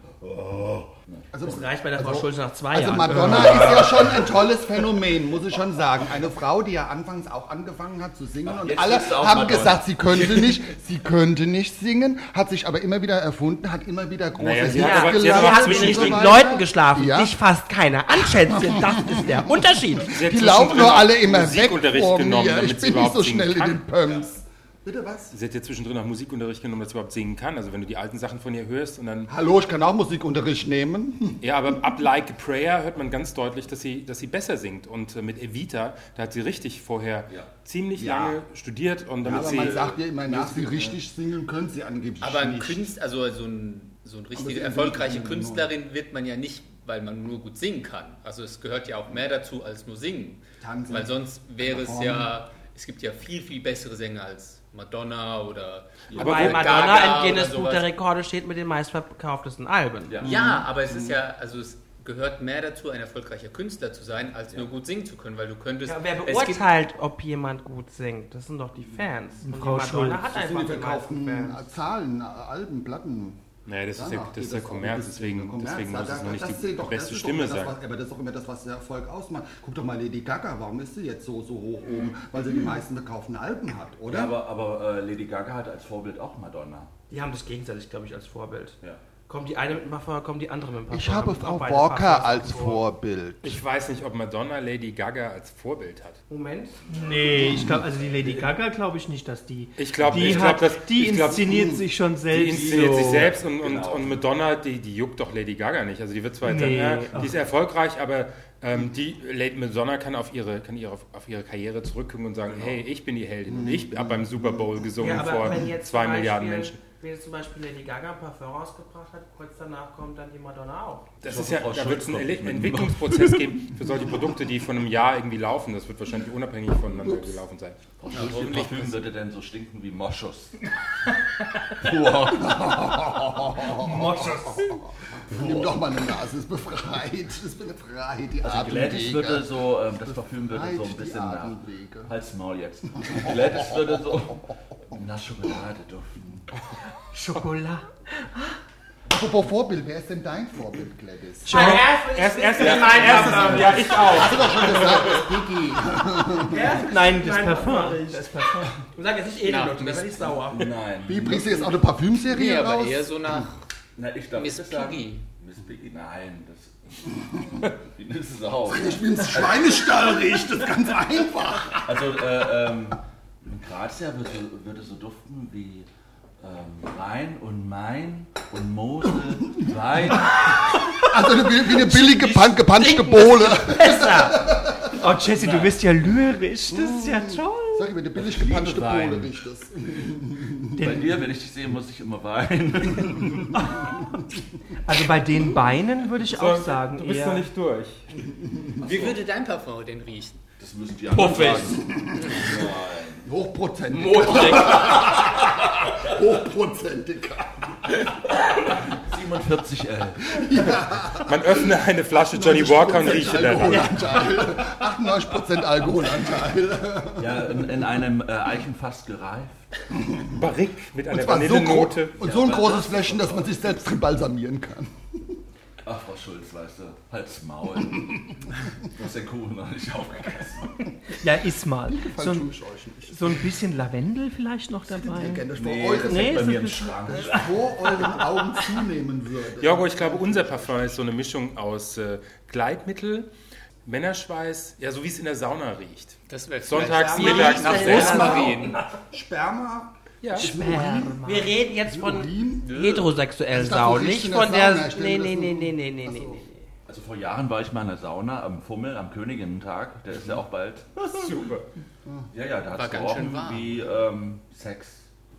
Also, Reicht bei der Frau Schulz nach zwei Also Jahren. Madonna ist ja schon ein tolles Phänomen, muss ich schon sagen. Eine Frau, die ja anfangs auch angefangen hat zu singen und jetzt alle ist sie auch haben Madonna. gesagt, sie <laughs> könnte nicht, sie könnte nicht singen, hat sich aber immer wieder erfunden, hat immer wieder große Naja, sie Hits hat aber- sie hat gelassen aber und zwischen so den weiter. Leuten geschlafen. Ja. Dich fast keiner anschätzt. Das ist der <laughs> Unterschied. Sie hat Die laufen nur zwischendrin alle immer weg Musikunterricht vor genommen, mir. damit Ich sie bin nicht überhaupt so singen schnell in kann. den Pumps. Bitte was? Sie hat ja zwischendrin auch Musikunterricht genommen, dass sie überhaupt singen kann. Also wenn du die alten Sachen von ihr hörst und dann... Hallo, ich kann auch Musikunterricht nehmen. Ja, aber ab Like a Prayer hört man ganz deutlich, dass sie, dass sie besser singt. Und äh, mit Evita, da hat sie richtig vorher ziemlich Ja. lange studiert und damit Aber sie... man sagt ja immer nach, sie richtig singen können sie angeblich Aber ein nicht. Künstler, also so ein, so ein Aber sie richtige sind erfolgreiche nicht mehr normal. Künstlerin wird man ja nicht, weil man nur gut singen kann. Also es gehört ja auch mehr dazu als nur singen. Tanzen. Weil sonst wäre es Performen. ja, es gibt ja viel, viel bessere Sänger als Madonna oder Aber Bei wo- Madonna Gaga im Guinness oder Buch sowas. der Rekorde steht mit den meistverkauftesten Alben. Ja, Mhm. aber es ist ja, also es gehört mehr dazu, ein erfolgreicher Künstler zu sein, als nur gut singen zu können, weil du könntest. Ja, wer es beurteilt, ob jemand gut singt? Das sind doch die Fans. Und Frau die Madonna Schulz. hat Das sind einfach die die meisten verkauften Fans. äh, Zahlen, äh, Alben, Platten. Naja, das Danach ist, der, geht das ist der auch Kommerz, ein bisschen. Der deswegen, Kommerz, deswegen da- muss da- es noch nicht das die ist doch- das beste ist doch Stimme immer das, sein. was- Aber das ist doch immer das, was der Erfolg ausmacht. Guck doch mal, Lady Gaga, warum ist sie jetzt so, so hoch oben? Weil Hm. sie die meisten verkauften Alben hat, oder? Ja, aber aber äh, Lady Gaga hat als Vorbild auch Madonna. Die haben sich gegenseitig, glaube ich, als Vorbild. Ja. Kommt die eine mit dem Parfum, kommt die andere mit dem Parfum. ich habe Auch Frau beide Walker Parfums als irgendwo. Vorbild. Ich weiß nicht, ob Madonna Lady Gaga als Vorbild hat. Moment. Nee, ich glaube, also die Lady Gaga glaube ich nicht, dass die. Ich glaub- die ich glaub, hat- dass- Die ich glaub, inszeniert sich schon Die selbst. inszeniert so. sich selbst und, und, Genau. und Madonna, die, die juckt doch Lady Gaga nicht. Also die wird zwar jetzt Nee, sagen, ja, ach. die ist erfolgreich, aber ähm, die Lady Madonna kann auf ihre, kann ihre, auf ihre Karriere zurückgucken und sagen, hey, ich bin die Heldin und ich habe beim Super Bowl gesungen Ja, aber vor wenn jetzt zwei zum Milliarden Beispiel- Menschen. Wenn jetzt zum Beispiel Lady Gaga ein Parfum rausgebracht hat, kurz danach kommt dann die Madonna auch. Das Ich ist ja, hoffe, Frau da Schulz wird es einen kommt nicht Ele- mit. Entwicklungsprozess geben für solche Produkte, die von einem Jahr irgendwie laufen. Das wird wahrscheinlich unabhängig voneinander gelaufen sein. Frau Schulz, Ihr Parfüm würde denn so stinken wie Moschus. Puh. Nimm doch mal eine Nase, ist befreit. Ist befreit, die Also Gladys würde Atemwege. so, ähm, das Parfüm würde so Befreit ein die bisschen nach. Atemwege. Halt's Maul jetzt. Gladys würde so nach Schokolade duften. Schokolade. Apropos Vorbild, wer ist denn dein Vorbild, Gladys? Mein erstes, Erst, erst, in erst, meinem erst, ja, ich auch. Hast du doch schon gesagt, Biggie. Nein, das Nein, Parfum. mach ich. Das Parfum. Sag eh jetzt nicht Edelnotte, dann werde ich sauer. Nein. Wie bringst du jetzt auch eine Parfümserie Nee, raus? aber eher so nach Na, ich darf Miss das sagen. Piggy. Miss Piggy, nein, das. <laughs> Die ist es auch. ich bin ins Schweinestall riecht, das ist ganz einfach. Also, äh, ähm, ein Grazer würde, würde so duften wie ähm, Rhein und Main und Mosel, Wein. Also eine, wie eine billige, pan- gepanschte Bohle. Oh, Jesse, du bist ja lyrisch. Das ist ja toll. Sag ich mir, eine billig gepanschte Wein. Bohle riecht das. Bei dir, wenn ich dich sehe, muss ich immer weinen. Also bei den Beinen würde ich auch sagen. Du bist eher- noch nicht durch. Wie würde dein Parfum denn riechen? Das müssen die anderen Puffig. sagen. Nein. Hochprozentig. Modrig. <laughs> Hochprozentig. 47 L. Man öffne eine Flasche Johnny Walker und rieche danach. Alkoholanteil. 98% Alkoholanteil. Ja, in, in einem äh, Eichenfass gereift. Barrique mit Und, einer zwar so, gro Vanillenote. und so ein großes Fläschchen, dass man sich selbst drin balsamieren kann. Ach, Frau Schulz, weißt du, halt's <laughs> Maul. Du hast den Kuchen noch nicht aufgegessen. Ja, iss mal. So tue ein, ich euch nicht. so ein bisschen Lavendel vielleicht noch Ihr dabei. kennt euch Nee, vor, das euren, Nee, hängt bei ist mir ein im bisschen- Schrank. vor euren Augen zunehmen würde. Jorgo, ich glaube, unser Parfum ist so eine Mischung aus äh, Gleitmittel, Männerschweiß, ja, so wie es in der Sauna riecht. Das wäre Sonntags, vielleicht- mittags, nach nachts. Rosmarin. Sperma, Ja. Wir reden jetzt von Urin. heterosexuellen Ich dachte, Sau, du riechst nicht in von der der. Sauna, ich Nee, stell nee, nee, mir das nee, so- nee, nee, nee. nee. Also vor Jahren war ich mal in der Sauna am Fummel, am Königinnentag. Der ist ja auch bald. Super. Ja, ja, da hat War es ganz schön gerochen warm. wie ähm, Sex,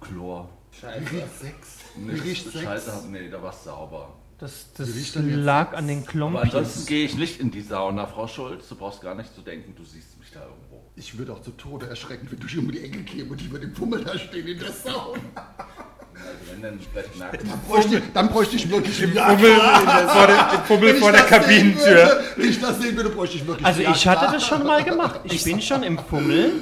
Chlor. Wie riecht Sex? Wie riecht Sex? Scheiße, hab- nee, da war es sauber. Das, das riecht denn jetzt? lag an den Aber Klompis. ansonsten gehe ich nicht in die Sauna, Frau Schulz. Du brauchst gar nicht zu denken, du siehst mich da irgendwo. Ich würde auch zu Tode erschrecken, wenn du schon um die Ecke käme und ich über dem Pummel da stehen in der Sauna. Also wenn, dann vielleicht merkt Dann bräuchte, dann bräuchte ich wirklich einen Fummel vor der, im Fummel Wenn ich vor der das sehen Kabinentür. würde, Wenn ich das sehen würde, bräuchte ich wirklich Also einen ich Jagd- hatte das schon mal gemacht. Ich bin schon im Fummel,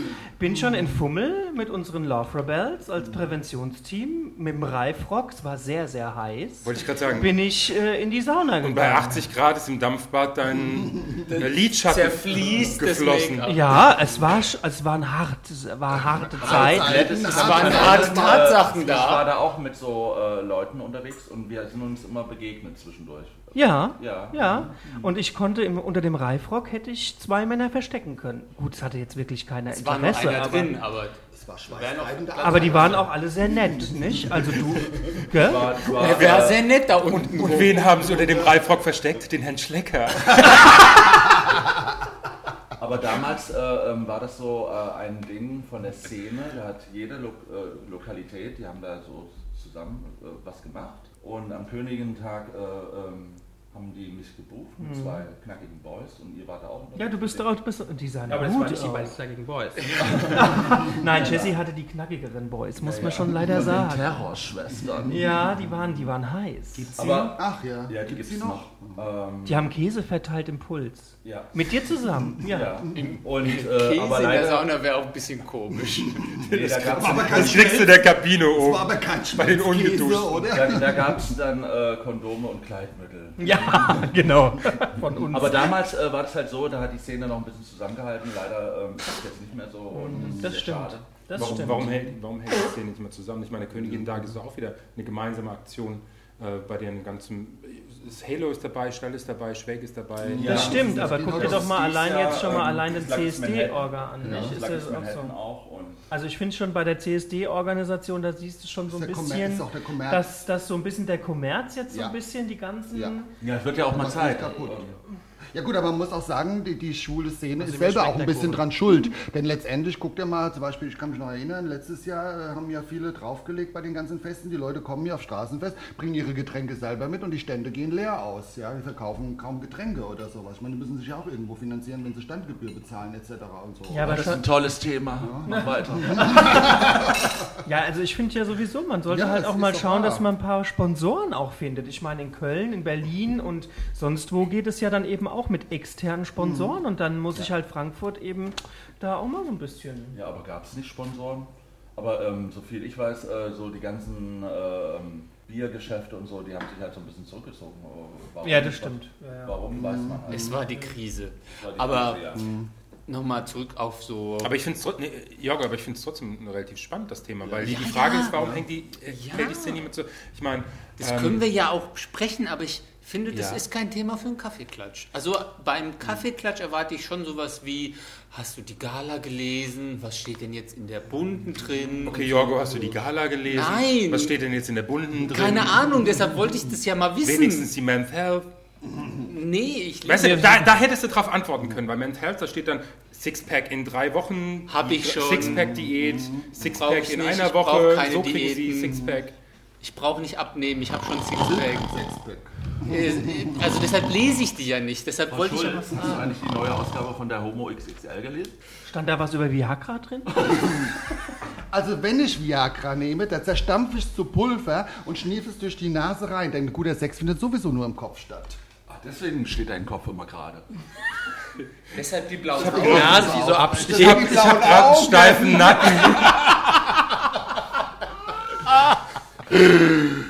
bin schon in Fummel mit unseren Love Rebels als Präventionsteam mit dem Reifrock. Es war sehr, sehr heiß. Wollte ich gerade sagen. Bin ich äh, in die Sauna gegangen. Und bei 80 Grad ist im Dampfbad dein dein Lidschatten Zerfließt das geflossen. Make-up. Ja, es war, sch- es war, ein hart, es war eine harte Zeit. Zeiten Es hat waren man harte auch mal- Tatsachen Ich da. war da auch mit so äh, Leuten unterwegs und wir sind uns immer begegnet zwischendurch. Ja, Ja. ja. Und ich konnte im, unter dem Reifrock hätte ich zwei Männer verstecken können. Gut, es hatte jetzt wirklich keiner Es war noch Interesse. einer aber, drin, aber Es war schweißtreibende aber die waren auch alle sehr nett, nicht? Also du, gell? War, war, er wäre sehr nett da unten. Und wen haben sie unter dem Reifrock versteckt? Den Herrn Schlecker. Aber damals äh, ähm, war das so äh, ein Ding von der Szene, da hat jede Lo äh, Lokalität, die haben da so zusammen äh, was gemacht. Und am Königentag äh, ähm, haben die mich gebucht Mhm. mit zwei knackigen Boys und ihr wart da auch. Ja, du bist doch auch, du bist doch- die sahen Aber das war gut nicht die aus. Weißer gegen Boys. Nein, Jesse hatte die knackigeren Boys, muss man schon leider Terror sagen. Terrorschwestern. Ja, die waren, die waren heiß. Aber Ach ja. ja, die gibt's, noch. Ähm, Die haben Käse verteilt im Puls. ja. Mit dir zusammen, ja. ja. Und äh, Käse aber in der leider, Sauna wäre auch ein bisschen <laughs> komisch. nee, da gab's Aber kein Das kriegst du in der Kabine Es war oben. aber kein Schmerz. Bei den Ungeduschen. oder? da, da gab's dann äh, Kondome und Kleidmittel. Hm. Ja, <laughs> genau. Von uns. Aber damals äh, war das halt so, da hat die Szene noch ein bisschen zusammengehalten. Leider ähm, ist das jetzt nicht mehr so. Hm, Und das ist Das sehr stimmt. Schade. Das Warum, stimmt. warum, hält, warum hält die Szene nicht mehr zusammen? Ich meine, Königin Tag ist doch auch wieder eine gemeinsame Aktion äh, bei den ganzen. Ist Halo ist dabei, Schnell ist dabei, Schwäg ist dabei. Ja. Das stimmt, aber Das guck dir geht doch mal dieses allein Jahr, jetzt schon mal ähm, allein den Slug is CSD-Orga an. Ja, nicht? das Ist lag das jetzt auch Manhattan so? auch. Und Also ich finde schon bei der CSD-Organisation, da siehst du schon so ein Ist der Kommer- bisschen, ist auch der Kommerz. dass, dass so ein bisschen der Kommerz jetzt so Ja. ein bisschen die ganzen... Ja. ja, es wird ja auch mal macht Zeit. mich kaputt. Ähm, Ja gut, aber man muss auch sagen, die, die schwule Szene ist mir selber schmeckt auch ein der bisschen Kuchen. dran schuld. Denn letztendlich, guckt ihr mal, zum Beispiel, ich kann mich noch erinnern, letztes Jahr äh, haben ja viele draufgelegt bei den ganzen Festen. Die Leute kommen hier auf Straßenfest, bringen ihre Getränke selber mit und die Stände gehen leer aus. Ja, die verkaufen kaum Getränke oder sowas. Ich meine, die müssen sich ja auch irgendwo finanzieren, wenn sie Standgebühr bezahlen etc. und so. Ja, aber Das ist ein schon, tolles Thema. Mach weiter. ja, also ich finde ja sowieso, man sollte Ja, halt es auch ist mal doch schauen, wahr. dass man ein paar Sponsoren auch findet. Ich meine, in Köln, in Berlin und sonst wo geht es ja dann eben auch mit externen Sponsoren und dann muss ich halt Frankfurt eben da auch mal so ein bisschen... Ja, aber gab es nicht Sponsoren? Aber ähm, so viel ich weiß, äh, so die ganzen ähm, Biergeschäfte und so, die haben sich halt so ein bisschen zurückgezogen. Äh, Warum Ja, das stimmt. Ja, ja. Warum weiß man halt. Es war die Krise. War die Aber Krise, ja. nochmal zurück auf so. Aber ich finde es nee, Jörg, aber ich finde es trotzdem relativ spannend, das Thema, weil Ja, die Frage ja. ist, warum hängt die, äh, Ja. fällt die Szene mit so. Ich meine, das können wir ja auch besprechen, aber ich finde, das ähm, Ja. ist kein Thema für einen Kaffeeklatsch. Also beim Kaffeeklatsch erwarte ich schon sowas wie: Hast du die Gala gelesen? Was steht denn jetzt in der bunten drin? Okay, Und Jorgo, hast du die Gala gelesen? Nein. Was steht denn jetzt in der bunten drin? Keine Ahnung, deshalb wollte ich das ja mal wissen. Wenigstens die Men's Health. Nee, ich Weißt du, da, da hättest du drauf antworten können, weil Men's Health, da steht dann Sixpack in drei Wochen. Hab ich schon. Mhm. Sixpack-Diät, Brauch Sixpack ich in nicht, ich einer brauch Woche, keine so kriegen sie Diäten. Sixpack. Ich brauche nicht abnehmen, ich habe schon Sixpack. Äh, Also deshalb lese ich die ja nicht. Deshalb wollte ich ja Entschuldigung, was hast du eigentlich die neue Ausgabe von der Homo XXL gelesen? Stand da was über Viagra drin? Also wenn ich Viagra nehme, dann zerstampfe ich es zu Pulver und schnief es durch die Nase rein, denn guter Sex findet sowieso nur im Kopf statt. Ach, deswegen steht dein Kopf immer gerade. Deshalb die blaue Nase, die so absteht. Ich habe hab Gerade einen steifen <laughs> Nacken.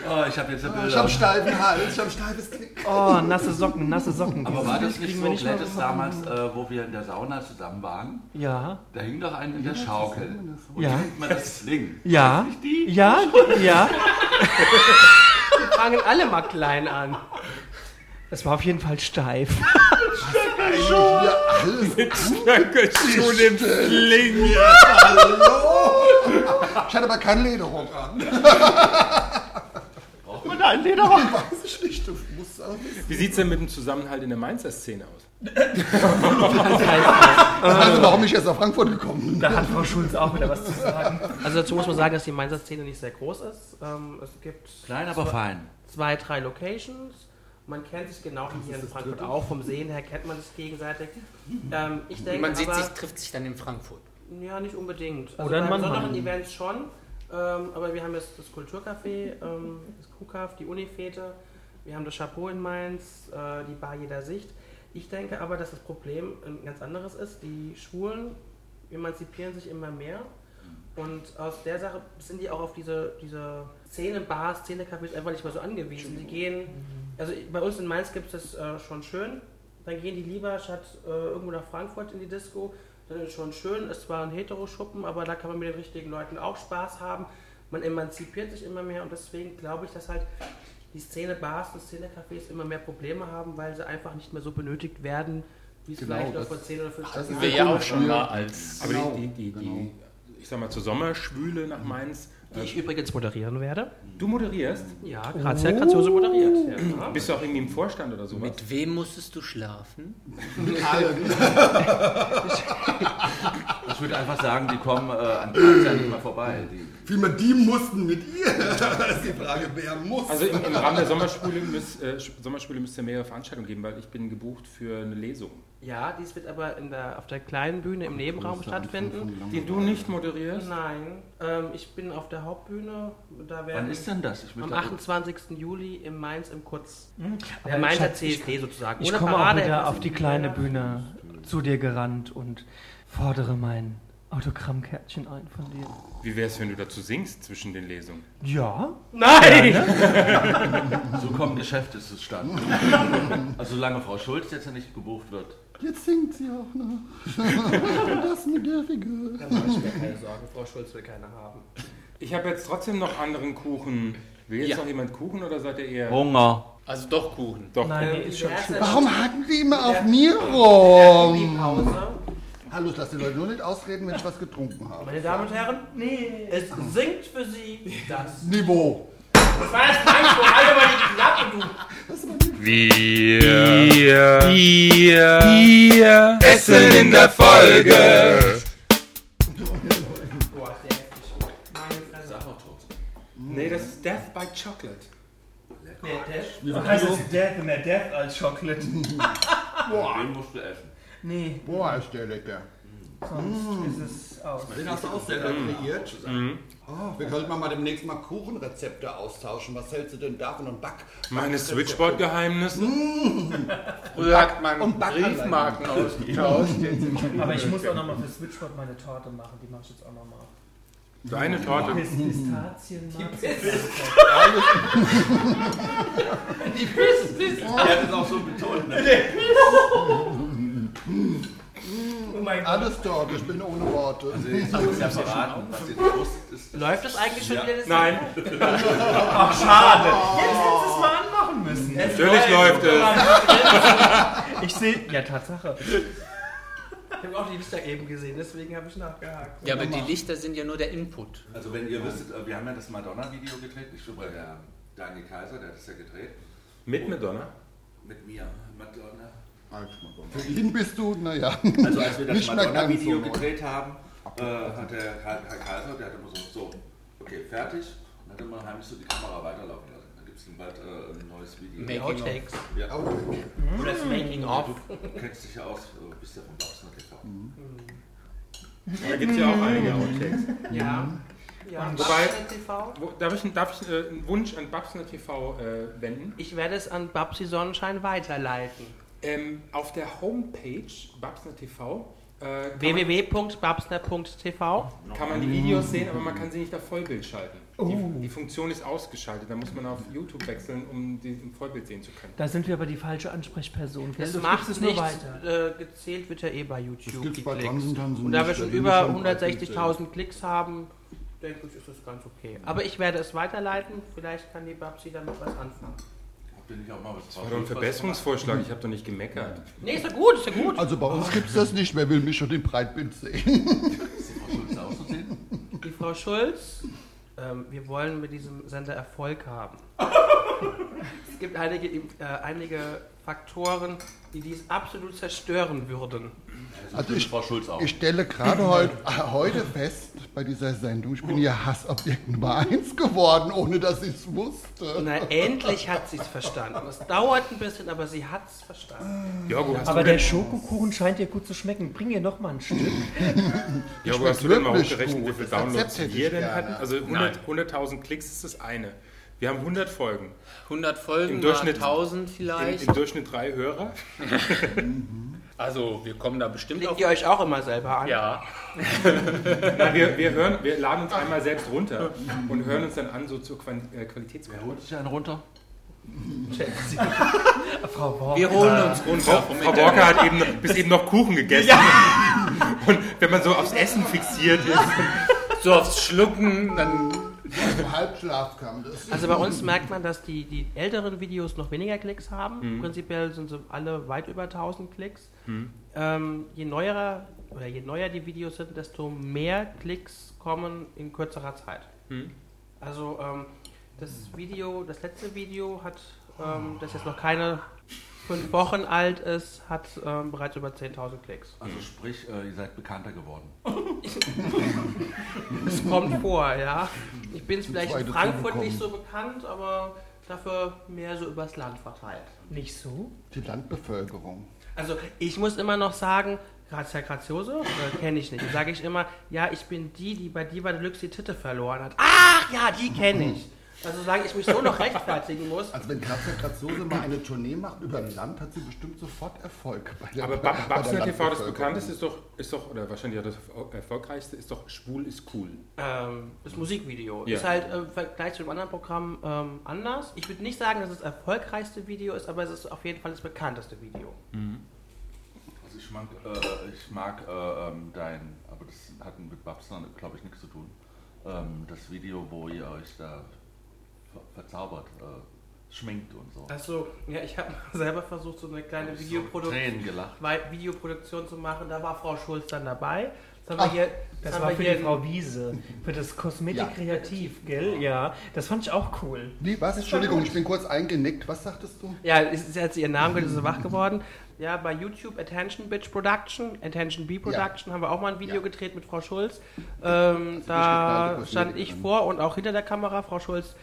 Ah, ich habe jetzt eine Ich Bilder. habe steifen Hals, ich habe steifes Knick. Oh, nasse Socken, nasse Socken. Aber war das nicht Kriegen so wir nicht mal Gladys damals, äh, wo wir in der Sauna zusammen waren? Ja, Da hing doch ein in der Schaukel. Und Ja. ja. hängt man das Sling. ja, <laughs> ja, ja. fangen alle mal klein an. Das war auf jeden Fall steif. Ja, alles Schon im Sling. Ich hatte aber keinen Lederrock an. Und ein Lederrock. Weiß ich nicht, du musst auch nicht. Wie sieht es denn mit dem Zusammenhalt in der Mainzer Szene aus? Also warum bin ich erst nach Frankfurt gekommen? Da hat Frau Schulz auch wieder was zu sagen. Also dazu muss man sagen, dass die Mainzer Szene nicht sehr groß ist. Ähm, es gibt Klein, aber fein. zwei, drei Locations. Man kennt sich genau wie hier in Frankfurt auch. Vom Sehen her kennt man sich gegenseitig. Ähm, ich denke, Man sieht aber, sich, trifft sich dann in Frankfurt. Ja, nicht unbedingt. Also Oder in bei Mannheim. besonderen Events schon. Ähm, aber wir haben jetzt das Kulturcafé, ähm, das Kuhkaff, die Unifete, wir haben das Chapeau in Mainz, äh, die Bar jeder Sicht. Ich denke aber, dass das Problem ein ganz anderes ist. Die Schwulen emanzipieren sich immer mehr. Und aus der Sache sind die auch auf diese, diese Szene-Bars, Szene-Cafés einfach nicht mehr so angewiesen. Die gehen, also bei uns in Mainz gibt es das äh, schon schön. Dann gehen die lieber statt äh, irgendwo nach Frankfurt in die Disco. Dann ist schon schön, ist zwar ein Hetero-Schuppen, aber da kann man mit den richtigen Leuten auch Spaß haben. Man emanzipiert sich immer mehr und deswegen glaube ich, dass halt die Szene-Bars und Szene-Cafés immer mehr Probleme haben, weil sie einfach nicht mehr so benötigt werden, wie es Genau, vielleicht noch das- vor 10 oder 15 Jahren das ist Wäre der ja Grund. auch schon Ja. mal als. Aber Genau, die, die, die, die, ich sag mal, zur Sommerschwüle nach Mainz. die ich übrigens moderieren werde. Du moderierst? Ja, Oh. Grazia Graziose moderiert. Bist du auch irgendwie im Vorstand oder sowas? Mit wem musstest du schlafen? Ich würde einfach sagen, die kommen äh, an Graz ja nicht mehr vorbei. Die, Vielmehr die mussten mit ihr. <laughs> Das ist die Frage, wer muss? Also im, im Rahmen der Sommerschule, müß, äh, Sch- Sommerschule müsste ja mehrere Veranstaltungen geben, weil ich bin gebucht für eine Lesung, Ja, dies wird aber in der, auf der kleinen Bühne im Nebenraum stattfinden. die du nicht moderierst. Nein, ähm, ich bin auf der Hauptbühne. Da wann werden ist denn das? Ich also- am da- 28. Juli im Mainz im Kurz. Der Ja, Mainzer Schatz, ich- CSD sozusagen. Ich Ohne komme auch Parade wieder etwas auf die in kleine Köln. Bühne zu dir gerannt und fordere mein Autogrammkärtchen ein von dir. Wie wär's, wenn du dazu singst zwischen den Lesungen? Ja, ne? Nein! So kommen Geschäfte zustande. Also solange Frau Schulz jetzt ja nicht gebucht wird. Jetzt singt sie auch <laughs> noch. das Nervige. Da mache ich mir keine Sorgen, Frau Schulz will keine haben. Ich habe jetzt trotzdem noch anderen Kuchen. Will jetzt Ja. noch jemand Kuchen oder seid ihr eher... Hunger. Also doch Kuchen. Doch, nein, Ähm, ist schon Warum hacken die immer auf mir rum? Pause. Hallo, ich lasse die Leute nur nicht ausreden, wenn ich was getrunken habe. Meine Damen und Herren, es singt für Sie das. Niveau. Das war jetzt Frankfurt, alle mal die Klappe, du Essen in der Folge. Boah, sehr heftig. Meine Fresse. Nee, das ist Death by Chocolate. Nee, der- heißt es Death, mehr Death als Chocolate. Den musst du essen. Nee, Boah, ist der lecker. sonst ist es aus. Den hast du auch selber Mhm. kreiert. Oh, wir könnten mal demnächst mal Kuchenrezepte austauschen. Was hältst du denn davon und Back? Meine Switchboard-Geheimnisse? Ah. Früher hat man Und Backanleitung. Briefmarken ausgetauscht. <laughs> Aber ich muss auch nochmal für Switchboard meine Torte machen, die mache ich jetzt auch nochmal. Deine Torte. Pistazien, <laughs> Er hat es auch so betont. Ne? Alles dort, ich bin ohne Worte. Also, ich sag es ja verraten, was ihr nicht wusst, ist. Läuft das eigentlich schon wieder? Das Nein, Schade. Jetzt hättest du es mal anmachen müssen. natürlich läuft es. Ich sehe. Ja, Tatsache. Ich habe auch die Lichter eben gesehen, deswegen habe ich nachgehakt. Ja, aber die Lichter sind ja nur der Input. Also, wenn ihr wüsstet, äh, wir haben ja das Madonna-Video gedreht, nicht über der Daniel Kaiser, der hat das ja gedreht. Mit Madonna? Mit mir, Madonna. Für ihn bist du, naja. Also als wir das Nicht mehr ganz Madonna-Video so neu. gedreht haben, äh, hat der Herr Herr Kaiser, der hat immer so, so, okay, fertig. Und hat immer heimlich so die Kamera weiterlaufen lassen. Dann gibt es ihm bald äh, ein neues Video. Make- Outtakes. Ja, genau. Oder das Making of. du kennst dich ja aus, äh, bist ja vom Boxen TV. Da gibt es ja auch einige Outtakes. Ja. Ja. Und wobei- Babsnet TV. Wo, darf ich, darf ich äh, einen Wunsch an Babsner TV äh, wenden? Ich werde es an Babsi Sonnenschein weiterleiten. Ähm, auf der Homepage Babsner TV äh, kann, www.babsner.tv. man, kann man die Videos sehen, aber man kann sie nicht auf Vollbild schalten. Die, die Funktion ist ausgeschaltet, da muss man auf YouTube wechseln, um die im Vollbild sehen zu können. Da sind wir aber die falsche Ansprechperson. gell? Das Du macht gibst es nur nicht. weiter. Äh, gezählt wird ja eh bei Das YouTube. gibt's die bei Klicks. Transentanzen Und da wir nicht, schon da sind über schon 160.000 Klicks haben, denke ich, ist das ganz okay. Aber ich werde es weiterleiten. Vielleicht kann die Babsi damit was anfangen. Habt ihr nicht auch mal was Das war doch ein Verbesserungsvorschlag, ich habe doch nicht gemeckert. Nee, ist ja gut, ist ja gut. Also bei uns gibt's das nicht, wer will mich schon im Breitbild sehen? Ist die Frau Schulze auch so sehen? Die Frau Schulz, ähm, wir wollen mit diesem Sender Erfolg haben. es gibt einige, äh, einige Faktoren, die dies absolut zerstören würden. Also Die ich, Frau Schulz Oh. auch. ich stelle gerade heut, äh, heute fest bei dieser Sendung, ich Oh. bin ihr Hassobjekt Nummer eins geworden, ohne dass ich es wusste. Na, endlich hat sie es verstanden. Es dauert ein bisschen, aber sie hat es verstanden. Jorgo, hast, Aber der Schokokuchen scheint dir gut zu schmecken. Bring ihr noch mal ein Stück. du, Jorgo, hast du denn mal wirklich hochgerechnet, wie gut. viele Das Rezept Downloads hätte ich wir denn gerne. hatten? Also 100 100.000 Klicks ist das eine. Wir haben 100 Folgen. 100 Folgen, Im Durchschnitt- mal 1000 Im, vielleicht. Im Durchschnitt drei Hörer. Also, wir kommen da bestimmt auf. Legt ihr euch auch immer selber an? Ja, Na, wir, wir, hören, wir laden uns einmal selbst runter und hören uns dann an, so zur Quan- äh, Qualitätsprüfung. Holt sich einen runter? wir holen uns runter vom Frau Internet. Walker hat eben, bis eben noch Kuchen gegessen. <laughs> Und wenn man so aufs Essen fixiert ist. So aufs Schlucken, dann. <laughs> Im Halbschlaf kam das. Also bei uns merkt man, dass die, die älteren Videos noch weniger Klicks haben. Prinzipiell sind sie alle weit über 1000 Klicks. Ähm, je neuer oder je neuer die Videos sind, desto mehr Klicks kommen in kürzerer Zeit. Hm. Also ähm, das Video, das letzte Video hat, ähm, das jetzt noch keine fünf Wochen alt ist, hat ähm, bereits über 10.000 Klicks. Also sprich, äh, ihr seid bekannter geworden. Das kommt vor, ja. Ich bin vielleicht in Zweite Frankfurt Runde nicht so bekannt, aber dafür mehr so übers Land verteilt. Nicht so? Die Landbevölkerung. Also ich muss immer noch sagen, Grazia Graziose äh, kenne ich nicht. Sage ich immer, ja, ich bin die, die bei Diva Deluxe die Titte verloren hat. Ach ja, die kenne ich. Also solange ich mich so noch rechtfertigen muss. Also wenn Katja Katzose mal eine Tournee macht über ein Land, hat sie bestimmt sofort Erfolg. Bei der, Aber bei Bab- der Babsner TV, das Landbevölkerung. bekannteste ist doch, ist doch, oder wahrscheinlich auch das erfol- erfolgreichste, ist doch Schwul ist cool. Ähm, das Musikvideo Ja. ist halt äh, im Vergleich zu dem anderen Programm ähm, anders. Ich würde nicht sagen, dass es das erfolgreichste Video ist, aber es ist auf jeden Fall das bekannteste Video. Also ich mag, äh, ich mag äh, ähm, dein, aber das hat mit Babsner, glaube ich, nichts zu tun. Ähm, das Video, wo ihr euch da ver verzaubert, äh, schminkt und so. Achso, ja, ich habe <laughs> selber versucht, so eine kleine so Videoproduktion. Tränen gelacht. Wei- Videoproduktion zu machen. Da war Frau Schulz dann dabei. Das haben wir hier, das Das haben war wir für hier die Frau Wiese. Für das Ja. Kosmetik Kreativ, gell? Ja. Das fand ich auch cool. Nee, was? Entschuldigung, ich bin kurz eingenickt. Was sagtest du? Ja, es ist jetzt ihr Name gehört, ist sie wach geworden. Ja, bei YouTube Attention Bitch Production, Attention B Production haben wir auch mal ein Video Ja. gedreht mit Frau Schulz. Ähm, geknallte da Kosmetik stand ich drin. vor und auch hinter der Kamera, Frau Schulz.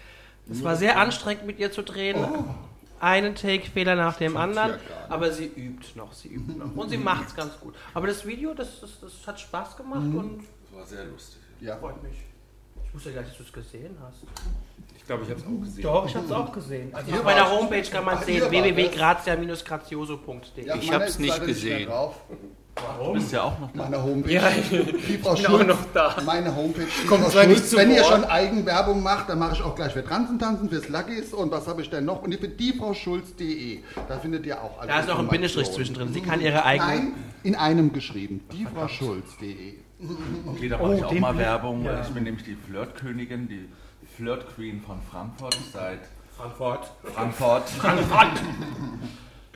Es war sehr anstrengend mit ihr zu drehen. Oh. Einen Take-Fehler nach dem anderen, aber sie übt noch, sie übt noch. Und sie Mhm. macht's ganz gut. Aber das Video, das, das, das hat Spaß gemacht Mhm. und Das war sehr lustig. Ja. freut mich. Ich wusste gar nicht, dass du es gesehen hast. Ich glaube, ich habe es auch gesehen. Doch, ich hab's auch gesehen. Also, Auf meiner Homepage kann man Ah, sehen, ihr wart es. www.grazia-grazioso.de. Ja, Ich meiner hab's ist nicht leider mehr gesehen. drauf. Du bist ja auch noch da. Meine Homepage. Ja, ich Die Frau bin auch Schulz, noch da. Meine Homepage. die Kommt Frau zwar nicht zu Wenn ihr Wort. schon Eigenwerbung macht, dann mache ich auch gleich für Transen tanzen, fürs Luckys und was habe ich denn noch? Und ich bin die Frau Schulz.de. Da findet ihr auch alle. Da ist noch ein Bindestrich Informationen. zwischendrin. Sie kann ihre eigene. Nein, in einem geschrieben. Die Frau Schulz.de. Okay, da mache Oh, ich auch mal Werbung. Ich bin nämlich die Flirtkönigin, die Flirt Queen von Frankfurt seit Frankfurt. Frankfurt. <laughs>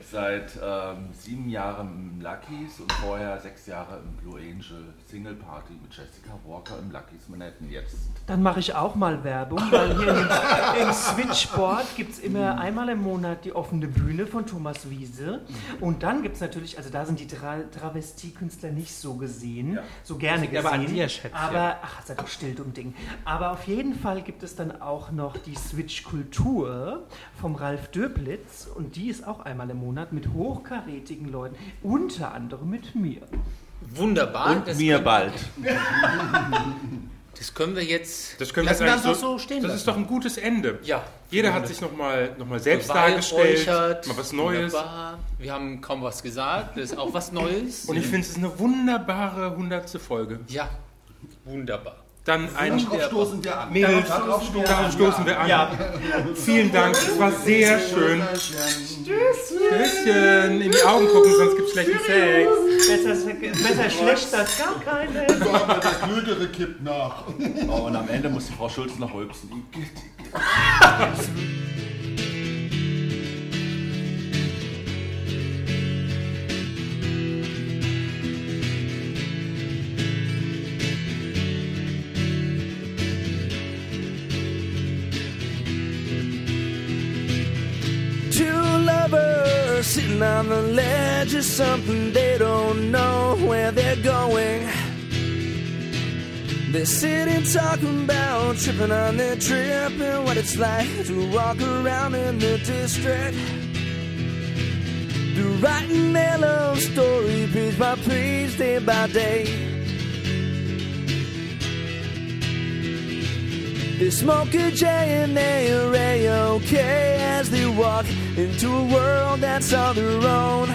Seit ähm, sieben Jahren im Lucky's und vorher sechs Jahre im Blue Angel Single Party mit Jessica Walker im Lucky's Manhattan. Jetzt Dann mache ich auch mal Werbung, weil hier im, im Switchboard gibt es immer einmal im Monat die offene Bühne von Thomas Wiese. Und dann gibt es natürlich, also da sind die Tra Travestiekünstler nicht so gesehen, Ja. so gerne liegt gesehen. aber an dir, Schätzchen. Aber, ach, sei doch still, dumm Ding. Aber auf jeden Fall gibt es dann auch noch die Switch-Kultur vom Ralf Döblitz. Und die ist auch einmal im Monat mit hochkarätigen Leuten, unter anderem mit mir. Wunderbar. und das, mir bald. das können wir jetzt. Das können wir lassen jetzt wir eigentlich das so, so stehen Das lassen. ist doch ein gutes Ende. Ja. Jeder hat sich nochmal noch mal selbst dargestellt, Beweihräuchert, mal was Neues. Wunderbar. Wir haben kaum was gesagt. Das ist auch was Neues. Und ich finde, es ist eine wunderbare hundertste Folge. ja, wunderbar. Dann ein Darauf stoßen wir an. Mädels, Darauf stoßen wir darauf an. stoßen wir an. Vielen Dank, es war sehr schön. Tschüsschen, in die Augen gucken, sonst gibt's schlechten Sex. Besser, besser schlecht als gar keine. So, aber der Klügere kippt nach. Oh, und am Ende muss die Frau Schulz noch rülpsen. Two lovers sitting on the ledge of something they don't know where they're going. They sit and talking about tripping on their trip and what it's like to walk around in the district. They're writing their love story page by page, day by day. They smoke a J and they are A-OK as they walk into a world that's on their own.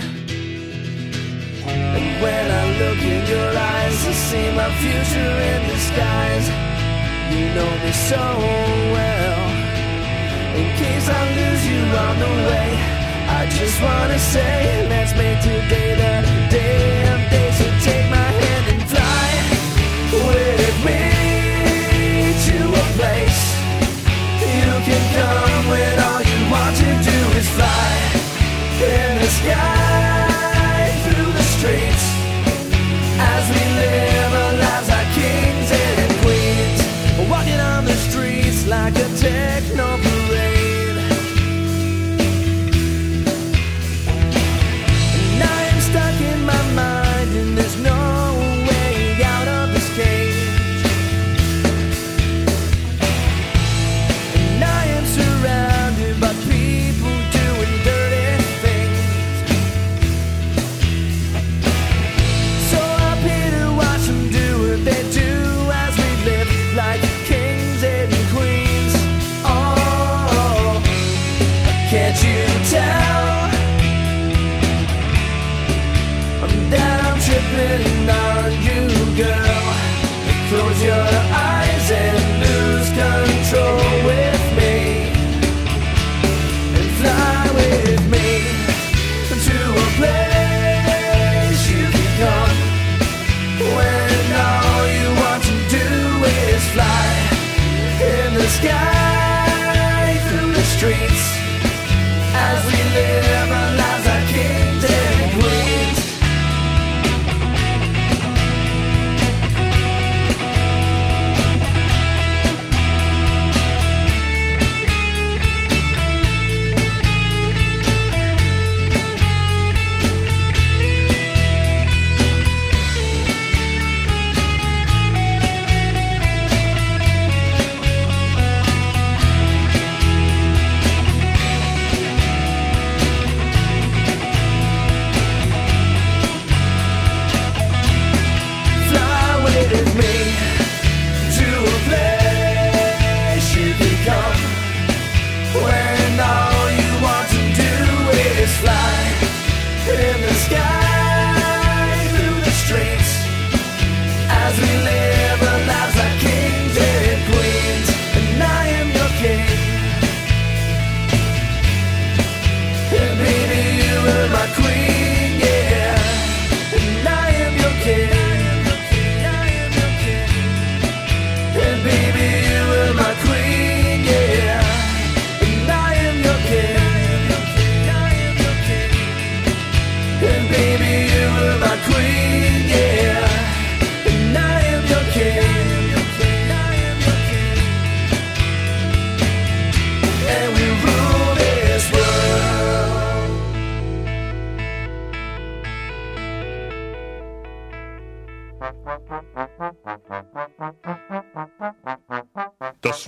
And when I look in your eyes, I see my future in disguise. You know me so well. In case I lose you on the way, I just wanna say, let's make today the day of days. So take my hand and fly with me to a place you can come when all you want to do is fly in the sky through the streets as we live our lives like kings and queens, walking on the streets like a techno parade. And I am stuck in my mind, and there's no way out of this cage. And I am surrounded by people doing dirty things. So up here to watch them do what they do as we live like kings and queens. Oh, can't you tell that I'm tripping on you, girl? Close your eyes and lose control with me. And fly with me to a place you can come when all you want to do is fly in the sky through the streets as we live our lives like kings and queens. Fly with me to a place you can come when all you want to do is fly in the sky through the streets as we live our lives like kings and queens. And I am your king. And baby, you are my queen, yeah. And I am your king. I am your king. And baby, you are my queen, yeah. And I am your king. I am your king. And baby, you were my queen, yeah. And I am your king. And we rule this world. Das